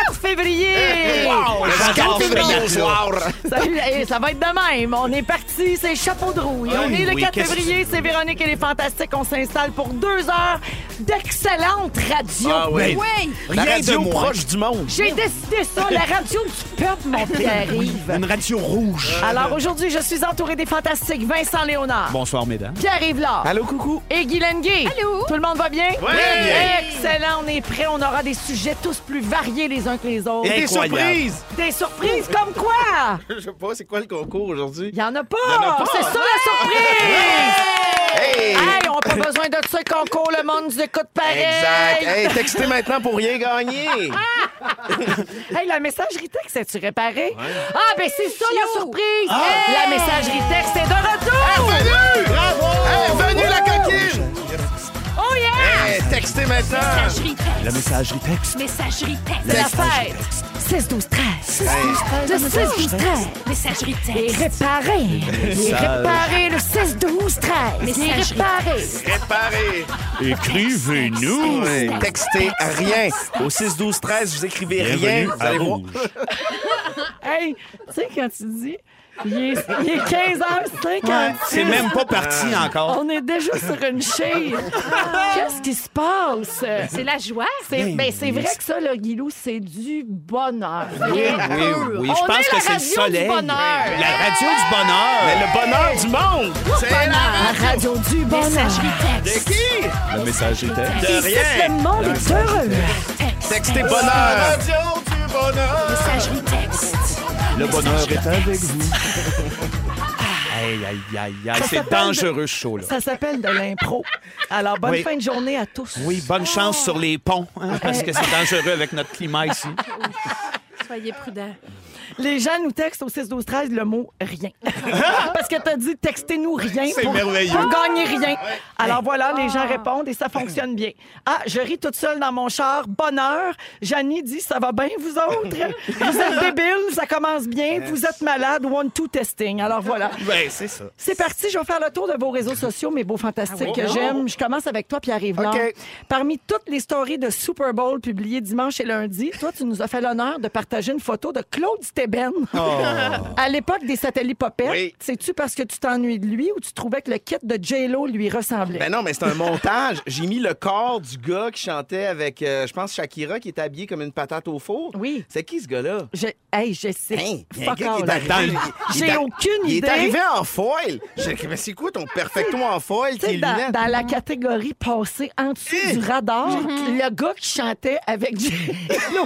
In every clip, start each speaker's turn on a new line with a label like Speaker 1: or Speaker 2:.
Speaker 1: Ah
Speaker 2: février!
Speaker 1: Wow!
Speaker 2: Le
Speaker 1: Eh, J'adore
Speaker 2: 4
Speaker 1: ce
Speaker 2: février.
Speaker 1: gars-là.
Speaker 2: Ça, et ça va être de même. On est parti, c'est chapeau de roue. Et on
Speaker 1: Hey,
Speaker 2: est le
Speaker 1: Ah oui,
Speaker 2: 4
Speaker 1: qu'est-ce
Speaker 2: février, c'est Véronique et les Fantastiques. On s'installe pour deux heures d'excellente radio. Ben
Speaker 1: Ah oui.
Speaker 2: Oui.
Speaker 1: La
Speaker 3: Rien de
Speaker 1: radio
Speaker 3: moins.
Speaker 1: proche du monde.
Speaker 2: J'ai décidé ça, la radio du peuple, mon pierre
Speaker 3: Une radio rouge.
Speaker 2: Alors aujourd'hui, je suis entourée des fantastiques Vincent Léonard,
Speaker 3: Bonsoir, mesdames.
Speaker 2: Pierre Yvelard
Speaker 1: Allô, coucou.
Speaker 2: et Guy Lenguet.
Speaker 4: Allô.
Speaker 2: Tout le monde va bien?
Speaker 1: Oui. bien.
Speaker 2: Excellent, on est prêt. On aura des sujets tous plus variés les uns que les autres.
Speaker 1: Et des
Speaker 3: Incroyable.
Speaker 1: surprises.
Speaker 2: Des surprises comme quoi?
Speaker 1: Je sais pas, c'est quoi le concours aujourd'hui?
Speaker 2: Il y en a pas!
Speaker 1: en a pas.
Speaker 2: C'est ça la surprise!
Speaker 1: Hey!
Speaker 2: Hey, on n'a pas besoin de ce concours, le monde nous écoute pareil!
Speaker 1: Exact. Hey, textez maintenant pour rien gagner.
Speaker 2: Hey, la messagerie texte, est-tu réparée? Ah, ben c'est ça la surprise!
Speaker 1: Ah.
Speaker 2: La messagerie texte est de retour!
Speaker 1: Bienvenue! Bravo! Hey, venue la coquine!
Speaker 2: Oh yeah!
Speaker 1: Hey, Eh, textez maintenant.
Speaker 4: Messagerie
Speaker 3: La
Speaker 4: texte.
Speaker 3: messagerie texte.
Speaker 4: Messagerie
Speaker 2: C'est la
Speaker 4: texte.
Speaker 2: fête! 6-12-13! Le 6-12-13!
Speaker 4: Messagerie
Speaker 2: Et
Speaker 4: texte.
Speaker 2: réparé! Et réparé le 6-12-13! Et
Speaker 4: Messagerie.
Speaker 2: réparé!
Speaker 1: Préparez.
Speaker 3: Écrivez-nous.
Speaker 1: Oui, Textez rien. Au 6 12 13, vous écrivez rien.
Speaker 3: Bienvenue
Speaker 1: Vous
Speaker 3: à
Speaker 1: allez voir.
Speaker 3: Rouge.
Speaker 2: Hey, tu sais quand tu dis, il est, il est 15h56!
Speaker 3: C'est même pas parti
Speaker 2: Euh.
Speaker 3: encore.
Speaker 2: On est déjà sur une chaîne. Qu'est-ce qui se passe?
Speaker 4: C'est la joie.
Speaker 2: C'est ben, c'est vrai que ça, là, Guilou, c'est du bonheur.
Speaker 3: Oui, oui,
Speaker 2: On
Speaker 3: je
Speaker 2: est
Speaker 3: pense
Speaker 2: la
Speaker 3: que c'est le
Speaker 2: radio du
Speaker 3: soleil.
Speaker 2: bonheur.
Speaker 3: La radio du bonheur.
Speaker 1: Mais le bonheur du monde, c'est la
Speaker 2: La radio du bonheur.
Speaker 4: Messagerie texte.
Speaker 1: de qui?
Speaker 3: La messagerie texte.
Speaker 1: De
Speaker 2: Le
Speaker 1: rien.
Speaker 2: monde est heureux.
Speaker 4: Texte.
Speaker 1: Textez bonheur. radio du bonheur.
Speaker 4: Messagerie texte.
Speaker 3: Le bonheur est avec vous. Aïe, aïe, aïe, aïe. C'est
Speaker 2: s'appelle-
Speaker 3: dangereux, ce show-là.
Speaker 2: Ça s'appelle de l'impro. Alors, bonne
Speaker 3: Oui.
Speaker 2: fin de journée à tous.
Speaker 3: Oui, bonne chance sur les ponts, hein, parce que c'est dangereux avec notre climat ici.
Speaker 4: Soyez prudents.
Speaker 2: Les gens nous textent au 6 12 13 le mot rien. Parce que t'as dit textez-nous rien
Speaker 1: C'est
Speaker 2: pour,
Speaker 1: merveilleux.
Speaker 2: pour gagner rien. Alors voilà, les gens répondent et ça fonctionne bien. Ah, je ris toute seule dans mon char, bonheur. Janie dit ça va bien vous autres. Vous êtes débiles, ça commence bien. Vous êtes malade, one two testing. Alors voilà.
Speaker 1: Ben, c'est ça.
Speaker 2: C'est parti, je vais faire le tour de vos réseaux sociaux, mes beaux fantastiques que j'aime. Je commence avec toi, pierre arrive
Speaker 1: Ah Oh. OK.
Speaker 2: Parmi toutes les stories de Super Bowl publiées dimanche et lundi, toi, tu nous as fait l'honneur de partager une photo de Claude Steben. à l'époque des satellites popettes.
Speaker 1: Oh. Oui.
Speaker 2: C'est-tu parce que tu t'ennuies de lui ou tu trouvais que le kit de J-Lo lui ressemblait?
Speaker 1: Ben non, mais c'est un montage. J'ai mis le corps du gars qui chantait avec, euh, je pense, Shakira, qui était habillé comme une patate au four.
Speaker 2: Oui.
Speaker 1: C'est qui ce gars-là?
Speaker 2: Je... Hey, je sais.
Speaker 1: Hein, il y a un
Speaker 2: Fuck
Speaker 1: gars qui
Speaker 2: all.
Speaker 1: est arrivé-
Speaker 3: Dans le-
Speaker 1: il- il
Speaker 2: J'ai
Speaker 1: est arri-
Speaker 2: aucune
Speaker 1: Il
Speaker 2: idée.
Speaker 1: est arrivé en foil. J'ai dit, mais c'est quoi ton perfecto en foil,
Speaker 2: Tu sais,
Speaker 1: tes
Speaker 2: dans,
Speaker 1: lunettes?
Speaker 2: dans la catégorie passée en dessous
Speaker 1: Eh! Mm-hmm.
Speaker 2: du radar, le gars qui chantait avec J-Lo.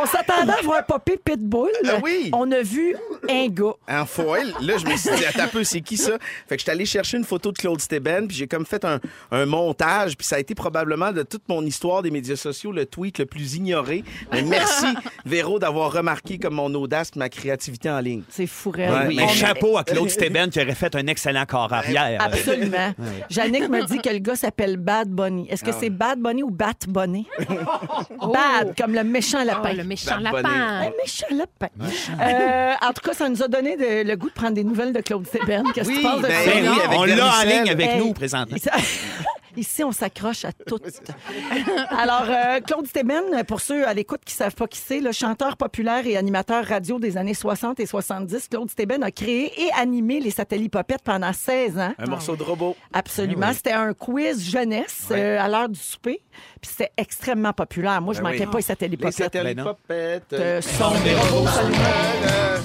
Speaker 2: On s'attendait à voir popper Pitbull.
Speaker 1: Ah oui.
Speaker 2: On a vu un gars.
Speaker 1: En foil. Là, je me suis dit, attends un peu, c'est qui ça? Fait que j'étais allé chercher une photo de Claude Steben, puis j'ai comme fait un, un montage, puis ça a été probablement de toute mon histoire des médias sociaux le tweet le plus ignoré. Mais merci, Véro, d'avoir remarqué comme mon audace et ma créativité en ligne.
Speaker 2: C'est fourré.
Speaker 1: Ouais,
Speaker 3: Mais
Speaker 1: On-
Speaker 3: chapeau à Claude Steben qui aurait fait un excellent corps arrière.
Speaker 2: Ah, ben Absolument. Jannick me dit que le gars s'appelle Bad Bunny. Est-ce que
Speaker 1: Ah
Speaker 2: c'est Bad Bunny ou Bat Bunny?
Speaker 1: Oh!
Speaker 2: Bad, comme le
Speaker 1: Ah,
Speaker 2: méchant
Speaker 4: Oh,
Speaker 2: lapin.
Speaker 4: le méchant
Speaker 1: La bonne
Speaker 4: lapin.
Speaker 2: Un méchant lapin. Euh, en tout cas, ça nous a donné de- le goût de prendre des nouvelles de Claude Sébène. Qu'est-ce que
Speaker 1: Oui,
Speaker 2: tu penses de
Speaker 1: ben
Speaker 2: ça?
Speaker 3: Ben oui,
Speaker 1: Non,
Speaker 3: on
Speaker 1: avec
Speaker 3: l'a en
Speaker 1: Vermicelle.
Speaker 3: ligne avec
Speaker 2: Hey.
Speaker 3: nous présentement.
Speaker 2: Ici, on s'accroche à tout. Alors, euh, Claude Steben, pour ceux à l'écoute qui ne savent pas qui c'est, le chanteur populaire et animateur radio des années 60 et 70, Claude Steben a créé et animé les satellites popettes pendant 16 ans.
Speaker 3: Ah
Speaker 1: Un morceau de robot.
Speaker 3: Eh
Speaker 2: Absolument. C'était un quiz jeunesse euh, à l'heure du souper. Puis c'était extrêmement populaire. Moi, je
Speaker 1: Ben
Speaker 2: manquais
Speaker 1: oui.
Speaker 2: pas les satellites
Speaker 1: Les
Speaker 2: popettes.
Speaker 1: satellites
Speaker 3: Ben non.
Speaker 1: popettes.
Speaker 2: Euh, sont des robots sans
Speaker 1: Euh,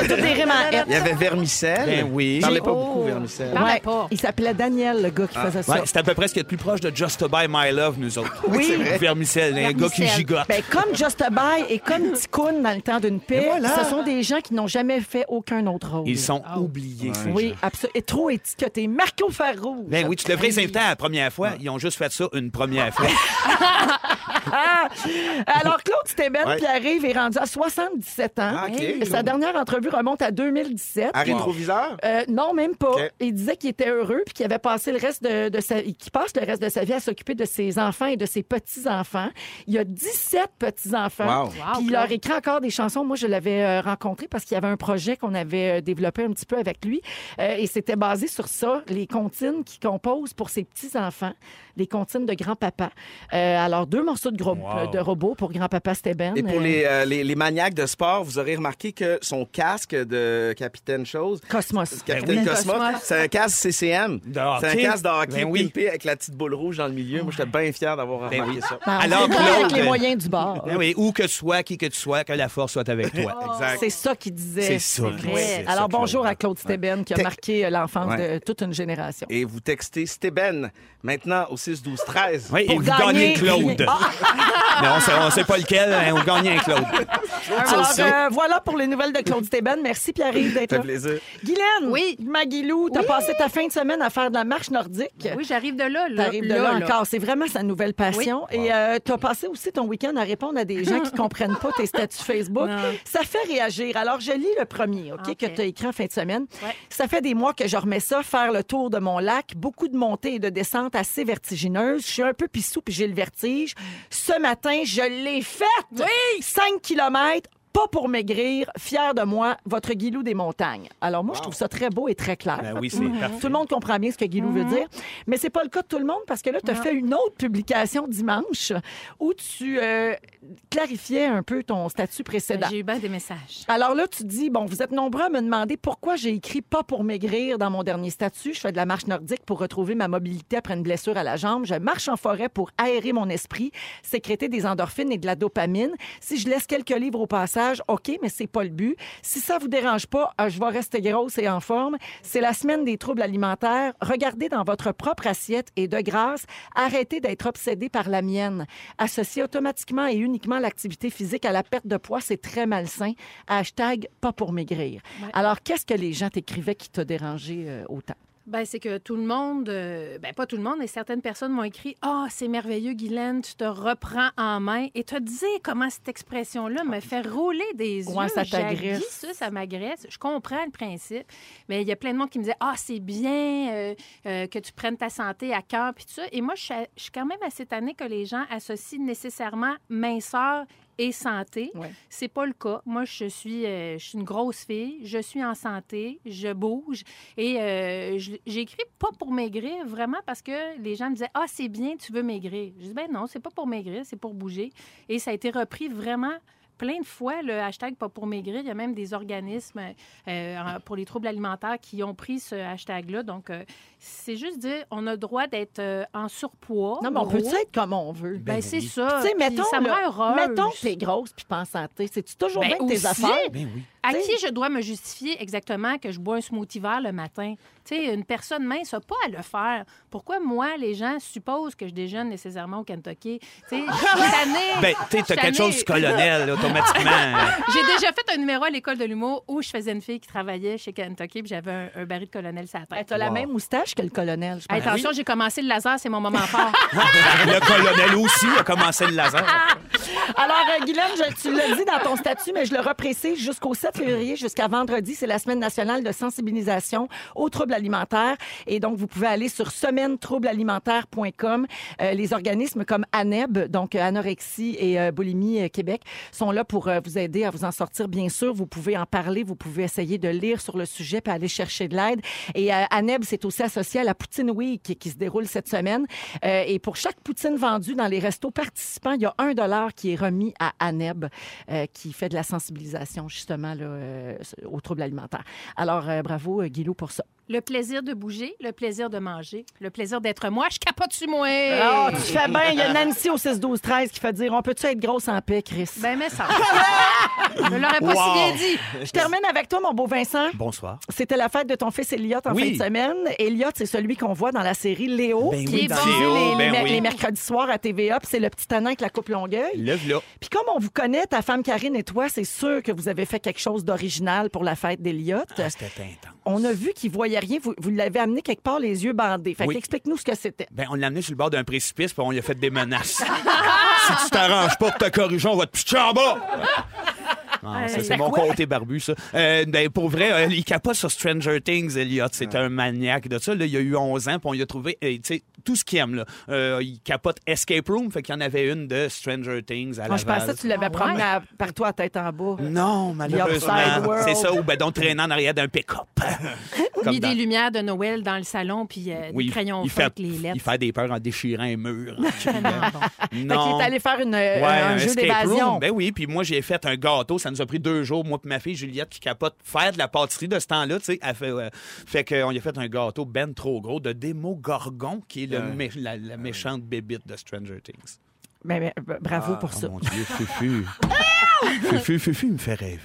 Speaker 2: C'était toutes des rimes en hête.
Speaker 1: Il y avait Vermicelle.
Speaker 3: Ben oui.
Speaker 1: Il parlait pas
Speaker 4: Oh.
Speaker 1: beaucoup, Vermicelle.
Speaker 4: Parle
Speaker 2: Ouais.
Speaker 4: pas.
Speaker 2: Il s'appelait Daniel, le gars qui faisait ça.
Speaker 3: Ah. Ouais, c'est à peu près ce qui est le plus proche de Just to Buy My Love, nous autres.
Speaker 2: Oui. C'est vrai.
Speaker 3: Vermicelle, un gars qui
Speaker 4: Vermicelle.
Speaker 3: gigote.
Speaker 2: Ben, comme Just a Buy et comme Ticoun dans le temps d'une paix, ce sont des gens qui n'ont jamais fait aucun autre rôle.
Speaker 3: Ils sont oubliés, ces
Speaker 2: Ah, Oui,
Speaker 3: gens.
Speaker 2: absolument. Et trop étiquetés. Marco Ferro.
Speaker 3: Ben oui, tu devrais les inviter à la première fois. Ils ont juste fait ça une première fois.
Speaker 2: Alors, Claude Steben,
Speaker 1: Ouais.
Speaker 2: qui arrive, est rendu à 77 ans.
Speaker 1: Ah, OK.
Speaker 2: Sa dernière entrevue remonte à 2017.
Speaker 1: À rétroviseur?
Speaker 3: Ah,
Speaker 2: Euh, non, même pas.
Speaker 1: OK.
Speaker 2: Il disait qu'il était heureux puis qu'il avait passé le reste de, de sa qu'il passe le reste de sa vie à s'occuper de ses enfants et de ses petits-enfants. Il a 17 petits-enfants.
Speaker 1: Wow.
Speaker 2: Puis
Speaker 4: Wow,
Speaker 2: il
Speaker 4: Claude.
Speaker 2: leur écrit encore des chansons. Moi, je l'avais euh, rencontré parce qu'il y avait un projet qu'on avait euh, développé un petit peu avec lui Euh, et c'était basé sur ça, les comptines qu'il compose pour ses petits-enfants, les comptines de grand-papa. Euh, alors deux morceaux de groupe
Speaker 3: Wow.
Speaker 2: de robots pour grand-papa Steben.
Speaker 1: Et pour
Speaker 2: Euh,
Speaker 1: les, euh, les, les maniaques de sport, vous aurez remarqué que son casque de Capitaine Chose,
Speaker 2: Cosmos.
Speaker 1: Capitaine
Speaker 4: oui.
Speaker 1: Cosmos,
Speaker 4: Cosmos.
Speaker 1: c'est un casque CCM.
Speaker 3: De
Speaker 1: C'est
Speaker 3: hockey.
Speaker 1: un casque de hockey
Speaker 3: Ben oui.
Speaker 1: pimpé avec la petite boule rouge dans le milieu. Moi, j'étais bien fier d'avoir
Speaker 3: Ben
Speaker 1: remarqué
Speaker 3: oui.
Speaker 1: ça.
Speaker 2: Non,
Speaker 3: Alors,
Speaker 2: c'est pas avec
Speaker 3: Claude-
Speaker 2: les moyens du bord.
Speaker 1: euh,
Speaker 3: Ah oui, où que tu sois, qui que tu sois, que la force soit avec
Speaker 2: Oh.
Speaker 3: toi.
Speaker 1: Exact.
Speaker 2: C'est ça qu'il disait.
Speaker 3: C'est ça,
Speaker 2: vrai.
Speaker 3: Claude, c'est ça,
Speaker 2: Alors,
Speaker 3: Claude.
Speaker 2: bonjour à Claude Steben qui a
Speaker 1: Tec-
Speaker 2: marqué euh, l'enfance
Speaker 1: Ouais.
Speaker 2: de toute une génération.
Speaker 1: Et vous textez Steben maintenant au 6 12 13.
Speaker 3: Oui, et
Speaker 2: Pour
Speaker 3: vous
Speaker 2: gagner, Ah,
Speaker 3: gagnez Claude. Non, on sait, on sait pas lequel, hein, on gagne un Claude.
Speaker 2: Alors,
Speaker 1: aussi.
Speaker 2: euh, voilà pour les nouvelles de Claude Steben. Merci, Pierre-Yves, d'être
Speaker 1: Ça fait
Speaker 2: là.
Speaker 1: plaisir.
Speaker 2: Guylaine,
Speaker 4: Oui.
Speaker 2: Maguilou, t'as passé ta fin de semaine à faire de la marche nordique.
Speaker 4: Oui, j'arrive de là. là
Speaker 2: T'arrives de là, encore. C'est vraiment sa nouvelle passion. Et euh, t'as passé aussi ton week-end à répondre à des gens qui comprennent pas tes statuts Facebook.
Speaker 4: Non.
Speaker 2: Ça fait réagir. Alors, je lis le premier, OK,
Speaker 4: OK.
Speaker 2: que t'as écrit en fin de semaine.
Speaker 4: Ouais.
Speaker 2: Ça fait des mois que je remets ça, faire le tour de mon lac. Beaucoup de montées et de descentes assez vertigineuses. Je suis un peu pissou puis j'ai le vertige. Ce matin, je l'ai faite! Oui! 5 kilomètres. Pas pour maigrir, fier de moi, votre Guilou des montagnes. Alors moi, je trouve ça très beau et très clair.
Speaker 3: Ben oui, c'est parfait.
Speaker 2: Tout le monde comprend bien ce que Guilou veut dire. Mais c'est pas le cas de tout le monde parce que là, tu as fait une autre publication dimanche où tu euh, clarifiais un peu ton statut précédent.
Speaker 4: Ben, J'ai eu bien des messages.
Speaker 2: Alors là, tu dis, bon, vous êtes nombreux à me demander pourquoi j'ai écrit pas pour maigrir dans mon dernier statut. Je fais de la marche nordique pour retrouver ma mobilité après une blessure à la jambe. Je marche en forêt pour aérer mon esprit, sécréter des endorphines et de la dopamine. Si je laisse quelques livres au passage, OK, mais c'est pas le but. Si ça vous dérange pas, euh, je vais rester grosse et en forme. C'est la semaine des troubles alimentaires. Regardez dans votre propre assiette et de grâce, arrêtez d'être obsédé par la mienne. Associer automatiquement et uniquement l'activité physique à la perte de poids, c'est très malsain. Hashtag pas pour maigrir.
Speaker 4: Ouais.
Speaker 2: Alors, qu'est-ce que les gens t'écrivaient qui t'a dérangé euh, autant?
Speaker 4: Ben, c'est que tout le monde, euh, ben, pas tout le monde, mais certaines personnes m'ont écrit Ah, c'est merveilleux, Guylaine, tu te reprends en main. Et te dit comment cette expression-là me fait rouler des
Speaker 2: Ouais,
Speaker 4: yeux.
Speaker 2: Ah. ça t'agresse.
Speaker 4: J'haïs Ça, ça m'agresse. Je comprends le principe, mais il y a plein de monde qui me disait Ah, c'est bien euh, euh, que tu prennes ta santé à cœur, puis tout ça. Et moi, je suis je suis quand même assez tannée que les gens associent nécessairement minceur et santé.
Speaker 2: Ouais.
Speaker 4: C'est pas le cas. Moi, je suis, euh, je suis une grosse fille, je suis en santé, je bouge. Et euh, je- j'ai écrit pas pour maigrir, vraiment, parce que les gens me disaient Ah, c'est bien, tu veux maigrir. Je dis Ben non, c'est pas pour maigrir, c'est pour bouger. Et ça a été repris vraiment plein de fois, le hashtag pas pour maigrir. Il y a même des organismes euh, en- pour les troubles alimentaires qui ont pris ce hashtag-là. Donc, euh, c'est juste dire on a droit d'être euh, en surpoids.
Speaker 2: Non, mais on
Speaker 4: gros.
Speaker 2: peut être comme on veut?
Speaker 4: Ben, c'est
Speaker 3: oui.
Speaker 4: ça.
Speaker 2: Tu sais,
Speaker 4: Puis
Speaker 2: mettons,
Speaker 4: ça me
Speaker 2: là,
Speaker 4: rend heureuse.
Speaker 2: Mettons que t'es grosse puis pas en santé. C'est-tu toujours
Speaker 4: Ben,
Speaker 2: bien que tes
Speaker 4: aussi,
Speaker 2: affaires?
Speaker 3: Ben oui.
Speaker 4: À
Speaker 2: T'sais-
Speaker 4: qui je dois me justifier exactement que je bois un smoothie vert le matin? Tu sais, une personne mince n'a pas à le faire. Pourquoi, moi, les gens supposent que je déjeune nécessairement au Kentucky? Tu sais, je suis tannée.
Speaker 3: Ben, tu sais,
Speaker 4: Je suis
Speaker 3: t'as quelque
Speaker 4: tannée.
Speaker 3: chose du colonel, là, automatiquement.
Speaker 4: J'ai déjà fait un numéro à l'école de l'humour où je faisais une fille qui travaillait chez Kentucky puis j'avais un, un baril de colonel sur la
Speaker 2: Elle
Speaker 4: tête.
Speaker 2: Ben, t'as la même moustache que le colonel, je pense.
Speaker 3: Ben
Speaker 4: Attention, j'ai commencé le laser, c'est mon moment fort.
Speaker 3: le colonel aussi a commencé le laser.
Speaker 2: Alors, euh, Guylaine, je- tu l'as dit dans ton statut, mais je le reprécise jusqu'au 7 février, jusqu'à vendredi. C'est la semaine nationale de sensibilisation aux troubles alimentaires. Et donc, vous pouvez aller sur semaine-troubles-alimentaires.com. Euh, les organismes comme ANEB, donc euh, Anorexie et euh, Boulimie euh, Québec, sont là pour euh, vous aider à vous en sortir, bien sûr. Vous pouvez en parler, vous pouvez essayer de lire sur le sujet puis aller chercher de l'aide. Et euh, ANEB, c'est aussi associé à la Poutine Week qui, qui se déroule cette semaine. Euh, et pour chaque poutine vendue dans les restos participants, il y a un dollar qui est remis à ANEB, euh, qui fait de la sensibilisation justement là, euh, aux troubles alimentaires. Alors, euh, bravo, euh, Guilou, pour ça.
Speaker 4: le plaisir de bouger, le plaisir de manger, le plaisir d'être moi. Je capote sur moi.
Speaker 2: Ah, tu fais bien. Il y a Nancy au 6-12-13 qui fait dire « On peut-tu être grosse en paix, Chris?
Speaker 4: Ben, mais ça. je l'aurais pas si bien dit.
Speaker 2: Je termine avec toi, mon beau Vincent.
Speaker 3: Bonsoir.
Speaker 2: C'était la fête de ton fils Elliot en
Speaker 3: Oui.
Speaker 2: fin de semaine. Elliot, c'est celui qu'on voit dans la série Léo.
Speaker 3: Ben
Speaker 4: Qui
Speaker 3: oui,
Speaker 4: est
Speaker 3: dans
Speaker 4: bon.
Speaker 3: le
Speaker 4: Théo,
Speaker 2: les,
Speaker 3: ben
Speaker 2: mer-
Speaker 3: oui.
Speaker 2: les mercredis soirs à TVA, puis c'est le petit tannant avec la coupe longueuil.
Speaker 3: Lève-la.
Speaker 2: Puis comme on vous connaît, ta femme Karine et toi, c'est sûr que vous avez fait quelque chose d'original pour la fête d'Eliott.
Speaker 3: Ah, C'était intense.
Speaker 2: on a vu qu'il voyageait voyait rien. Vous, vous l'avez amené quelque part les yeux bandés. Fait
Speaker 3: Oui.
Speaker 2: que explique-nous ce que c'était.
Speaker 3: Ben, on l'a amené sur le bord d'un précipice, puis on lui a fait des menaces. si tu t'arranges pas pour ta corriger, on va te pitcher en bas! Ah, ça,
Speaker 4: Euh,
Speaker 2: ben
Speaker 3: c'est
Speaker 4: c'était
Speaker 3: mon
Speaker 4: quoi?
Speaker 3: côté barbu, ça. Euh, ben, pour vrai, euh, il capote sur Stranger Things, Elliot. C'est un maniaque de ça. Là, il a eu 11 ans, puis on lui a trouvé euh, tu sais, tout ce qu'il aime. Là. Euh, il capote Escape Room, fait qu'il y en avait une de Stranger Things à
Speaker 2: Moi, je
Speaker 3: Laval.
Speaker 2: pensais que tu l'avais
Speaker 4: Ah ouais?
Speaker 2: promené à- par toi à tête en bas.
Speaker 3: Non,
Speaker 2: The Upside
Speaker 3: malheureusement.
Speaker 2: World.
Speaker 3: C'est ça, ou ben donc traînant en arrière d'un pick-up. Comme
Speaker 4: mis
Speaker 3: dans-
Speaker 4: des lumières de Noël dans le salon, puis euh,
Speaker 3: Oui,
Speaker 4: des crayons
Speaker 3: il
Speaker 4: fins
Speaker 3: fait,
Speaker 4: avec les lettres.
Speaker 3: il fait des peurs en déchirant un mur.
Speaker 4: Vraiment bon.
Speaker 2: Fait qu'il
Speaker 3: non.
Speaker 2: est allé faire une, euh,
Speaker 3: Ouais,
Speaker 2: un, jeu
Speaker 3: escape room.
Speaker 2: d'évasion.
Speaker 3: Ben oui, puis moi, j'ai fait un gâteau. Ça nous a pris deux jours, moi et ma fille Juliette, qui capote, faire de la pâtisserie de ce temps-là. tu sais. Elle fait, euh, fait qu'on y a fait un gâteau ben trop gros de démo Gorgon, qui est le mé- la, la méchante bébite de Stranger Things.
Speaker 2: Mais, mais, b- bravo pour ça.
Speaker 3: Ah, Oh mon Dieu, Fufu. Fufu, Fufu, il me fait rêver.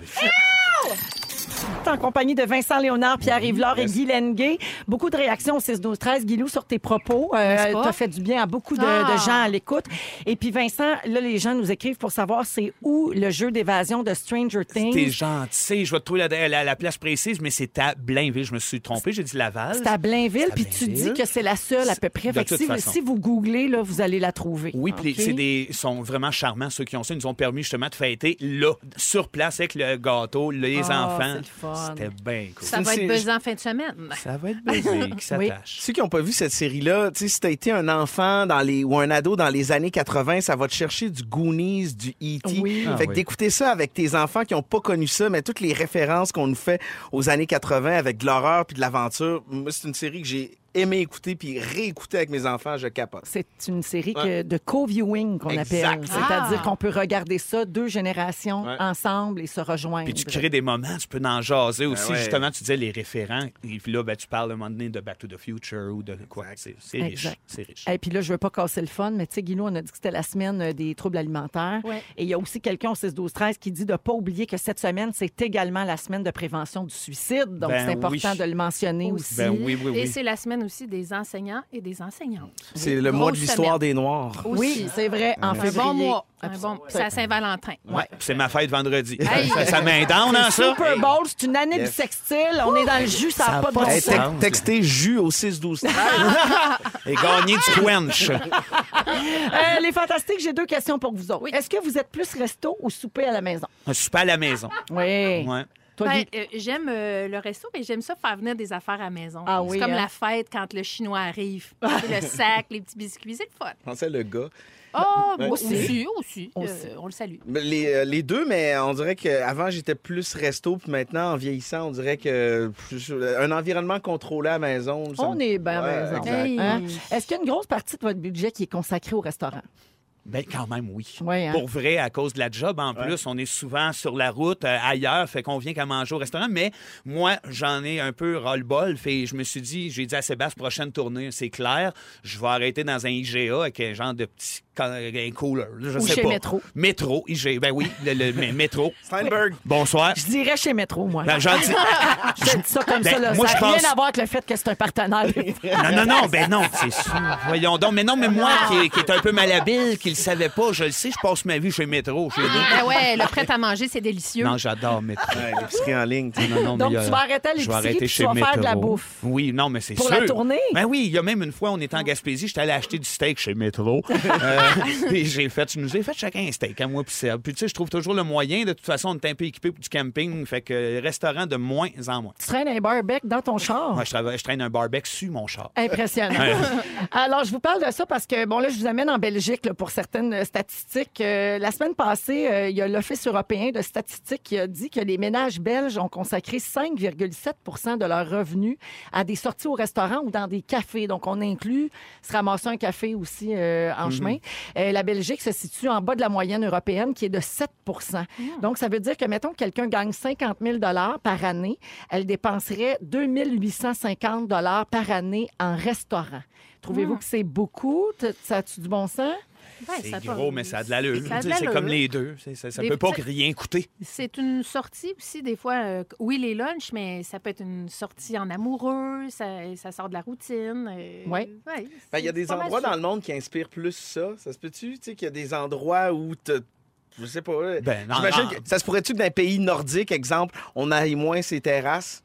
Speaker 2: en compagnie de Vincent Léonard, Pierre
Speaker 3: Mm-hmm.
Speaker 2: Yvelore et Guy Lenguet. Beaucoup de réactions au 6 12 13 Guilou sur tes propos,
Speaker 4: N'est-ce
Speaker 2: euh,
Speaker 4: pas?
Speaker 2: t'as fait du bien à beaucoup de,
Speaker 4: Ah!
Speaker 2: de gens à l'écoute. Et puis Vincent, là les gens nous écrivent pour savoir c'est où le jeu d'évasion de Stranger
Speaker 3: T'es
Speaker 2: Things.
Speaker 3: gentil. Je vais te trouver la, la- la place précise, mais c'est à Blainville. Je me suis trompé. J'ai dit Laval.
Speaker 2: C'est à Blainville,
Speaker 3: à
Speaker 2: puis tu dis
Speaker 3: Blainville.
Speaker 2: que c'est la seule à peu près.
Speaker 3: De
Speaker 2: Fait que
Speaker 3: toute
Speaker 2: si,
Speaker 3: façon.
Speaker 2: si vous googlez, là, vous allez la trouver.
Speaker 3: Oui, puis les-
Speaker 2: Ah, OK?
Speaker 3: c'est des ils sont vraiment charmants ceux qui ont ça. Ils nous ont permis justement de fêter là, sur place avec le gâteau, les
Speaker 2: Ah, c'est
Speaker 3: enfants.
Speaker 2: le fun.
Speaker 3: C'était bien cool.
Speaker 4: Ça va
Speaker 1: C'est-
Speaker 4: être pesant en fin de semaine.
Speaker 3: Ça va être basique, qui
Speaker 2: Oui.
Speaker 3: s'attache.
Speaker 1: Ceux qui n'ont pas vu cette série-là, tu sais, si t'as été un enfant dans les, ou un ado dans les années 80, ça va te chercher du Goonies, du E.T.
Speaker 2: Oui.
Speaker 3: Ah
Speaker 1: fait que
Speaker 3: oui.
Speaker 1: d'écouter ça avec tes enfants qui n'ont pas connu ça, mais toutes les références qu'on nous fait aux années 80 avec de l'horreur puis de l'aventure, moi, c'est une série que j'ai aimé écouter puis réécouter avec mes enfants, je capote.
Speaker 2: C'est une série que-
Speaker 1: Ouais.
Speaker 2: de co-viewing qu'on
Speaker 1: Exact.
Speaker 2: appelle. C'est-à-dire
Speaker 4: Ah.
Speaker 2: qu'on peut regarder ça deux générations
Speaker 1: Ouais.
Speaker 2: ensemble et se rejoindre.
Speaker 3: Puis tu crées des moments, tu peux en jaser aussi.
Speaker 1: ouais.
Speaker 3: Justement, tu disais les référents. Et puis là, ben, tu parles à un moment donné de Back to the Future ou de quoi. C'est c'est riche.
Speaker 2: Exact.
Speaker 3: C'est riche.
Speaker 2: Et puis là, je veux pas casser le fun, mais tu sais, Guillaume, on a dit que c'était la semaine euh, des troubles alimentaires.
Speaker 4: Ouais.
Speaker 2: Et il y a aussi quelqu'un au 6-12-13 qui dit de pas oublier que cette semaine, c'est également la semaine de prévention du suicide. Donc,
Speaker 3: Ben
Speaker 2: c'est important
Speaker 3: oui.
Speaker 2: de le mentionner aussi.
Speaker 3: Ben oui, oui,
Speaker 4: Et
Speaker 3: oui.
Speaker 4: c'est la semaine aussi des enseignants et des enseignantes.
Speaker 1: C'est le
Speaker 4: Grosse
Speaker 1: mois de l'histoire
Speaker 4: semaine.
Speaker 1: des Noirs.
Speaker 2: Oui,
Speaker 4: Aussi.
Speaker 2: c'est vrai, en
Speaker 4: un
Speaker 2: février.
Speaker 4: bon mois. Un
Speaker 2: Absolument.
Speaker 4: bon... C'est à Saint-Valentin.
Speaker 3: Ouais, C'est ma fête vendredi.
Speaker 4: Hey.
Speaker 3: Ça, ça m'indown, hein, ça?
Speaker 2: Super Bowl, c'est une année
Speaker 1: Yes.
Speaker 2: bisextile. On est dans le jus, ça
Speaker 3: Ça
Speaker 2: n'a
Speaker 3: a
Speaker 2: pas de
Speaker 3: pas
Speaker 2: bon
Speaker 3: de
Speaker 1: Hey,
Speaker 2: sens.
Speaker 1: tec-
Speaker 3: sens.
Speaker 1: textez jus au 6-12.
Speaker 3: Et gagner du quench.
Speaker 2: Euh, les fantastiques, j'ai deux questions pour vous autres. Est-ce que vous êtes plus resto ou souper à la maison?
Speaker 3: Un souper à la maison.
Speaker 2: Oui.
Speaker 3: Ouais.
Speaker 2: Toi,
Speaker 4: Ben,
Speaker 2: Guy-
Speaker 4: euh, j'aime euh, le resto, mais j'aime ça faire venir des affaires à la maison.
Speaker 2: Ah
Speaker 4: c'est
Speaker 2: oui,
Speaker 4: comme
Speaker 2: hein?
Speaker 4: la fête quand le chinois arrive. C'est le sac, les petits biscuits, c'est le fun.
Speaker 1: Je pensais le gars.
Speaker 4: Oh, moi
Speaker 2: aussi.
Speaker 4: aussi, aussi. aussi. Euh,
Speaker 2: Aussi.
Speaker 4: on le salue.
Speaker 1: Mais Les, euh, les deux, mais on dirait qu'avant, j'étais plus resto, puis maintenant, en vieillissant, on dirait que plus- un environnement contrôlé à la maison. ça me-
Speaker 2: on est bien à
Speaker 1: Ouais,
Speaker 2: la maison.
Speaker 1: exact.
Speaker 4: Hey.
Speaker 2: Hein? Est-ce qu'il y a une grosse partie de votre budget qui est consacrée au restaurant?
Speaker 3: Ben quand même, oui.
Speaker 2: Oui, hein?
Speaker 3: Pour vrai, à cause de la job, en plus, on est souvent sur la route, euh, ailleurs, fait qu'on vient qu'à manger au restaurant. Mais moi, j'en ai un peu roll-ball. Fait je me suis dit, j'ai dit à Sébastien, prochaine tournée, c'est clair, je vais arrêter dans un IGA avec un genre de petit ca- un cooler. là, Je
Speaker 2: Ou
Speaker 3: sais
Speaker 2: chez
Speaker 3: pas.
Speaker 2: Métro.
Speaker 3: Métro, IGA. Ben oui, le, le- mais métro.
Speaker 1: Steinberg.
Speaker 3: Bonsoir.
Speaker 2: Je dirais chez Métro, moi.
Speaker 3: Ben, j'en dis-
Speaker 2: Je te dis ça comme
Speaker 3: Ben,
Speaker 2: ça. Là.
Speaker 3: moi,
Speaker 2: ça
Speaker 3: je
Speaker 2: n'a rien
Speaker 3: pense-
Speaker 2: à voir avec le fait que c'est un partenaire.
Speaker 3: Non, non, non, ben non, c'est sûr. Voyons donc. Mais non, mais moi, qui, qui est un peu malhabile, qui le savait pas, je le sais, je passe ma vie chez Métro, chez nous.
Speaker 4: Ben ouais, le prêt à manger, c'est délicieux.
Speaker 3: Non, j'adore Métro.
Speaker 1: Ouais, l'épicerie en ligne. tu sais.
Speaker 3: Non, non,
Speaker 2: Donc,
Speaker 3: mais il y a-
Speaker 2: tu vas arrêter à
Speaker 3: je vais
Speaker 2: l'épicerie,
Speaker 3: arrêter
Speaker 2: puis tu
Speaker 3: chez
Speaker 2: vas faire de la
Speaker 3: Métro.
Speaker 2: bouffe.
Speaker 3: Oui, non, mais c'est
Speaker 2: Pour
Speaker 3: sûr.
Speaker 2: la tournée?
Speaker 3: Ben oui, il y a même une fois, on était en Gaspésie, j'étais allé acheter du steak chez Métro. Euh, puis j'ai fait, je nous ai fait chacun un steak, à moi puis Seb. Puis tu sais, je trouve toujours le moyen. De toute façon, on est un peu équipé pour du camping, fait que euh, restaurant de moins en moins.
Speaker 2: Tu traînes un barbecue dans ton char.
Speaker 3: Moi, je, travaille- je traîne un barbecue sur mon char.
Speaker 2: Impressionnant. Alors, je vous parle de ça parce que, bon, là, je vous amène en Belgique là, pour certaines statistiques. Euh, la semaine passée, euh, il y a l'Office européen de statistiques qui a dit que les ménages belges ont consacré 5,7 de leurs revenus à des sorties au restaurant ou dans des cafés. Donc, on inclut se ramasser un café aussi euh,
Speaker 1: Mhm.
Speaker 2: en chemin. Euh, la Belgique se situe en bas de la moyenne européenne qui est de 7
Speaker 1: Ah.
Speaker 2: Donc, ça veut dire que, mettons, quelqu'un gagne 50 000 par année, elle dépenserait 2 850 par année en restaurant. Trouvez-vous
Speaker 1: Ah.
Speaker 2: que c'est beaucoup? T- Ça a-tu du bon sens?
Speaker 4: Ben,
Speaker 3: C'est
Speaker 4: ça
Speaker 3: gros,
Speaker 4: peut-
Speaker 3: mais ça a de l'allure.
Speaker 4: Ça a de
Speaker 3: Tu sais, C'est
Speaker 4: l'allure.
Speaker 3: comme les deux. C'est- Ça, ça
Speaker 4: Des
Speaker 3: peut pas
Speaker 4: petits-
Speaker 3: rien coûter.
Speaker 4: C'est une sortie aussi, des fois, euh, oui, les lunchs, mais ça peut être une sortie en amoureux, ça, ça sort de la routine. euh,
Speaker 2: Ouais.
Speaker 4: ouais,
Speaker 1: Ben, Il y a
Speaker 4: c'est
Speaker 1: des
Speaker 4: pas mal
Speaker 1: endroits
Speaker 4: ça.
Speaker 1: dans le monde qui inspirent plus ça. Ça se peut-tu, tu sais, qu'il y a des endroits où te- Je sais pas. euh,
Speaker 3: Ben, non,
Speaker 1: J'imagine
Speaker 3: non.
Speaker 1: que ça se pourrait-tu que dans un pays nordique, exemple, on aille moins ces terrasses?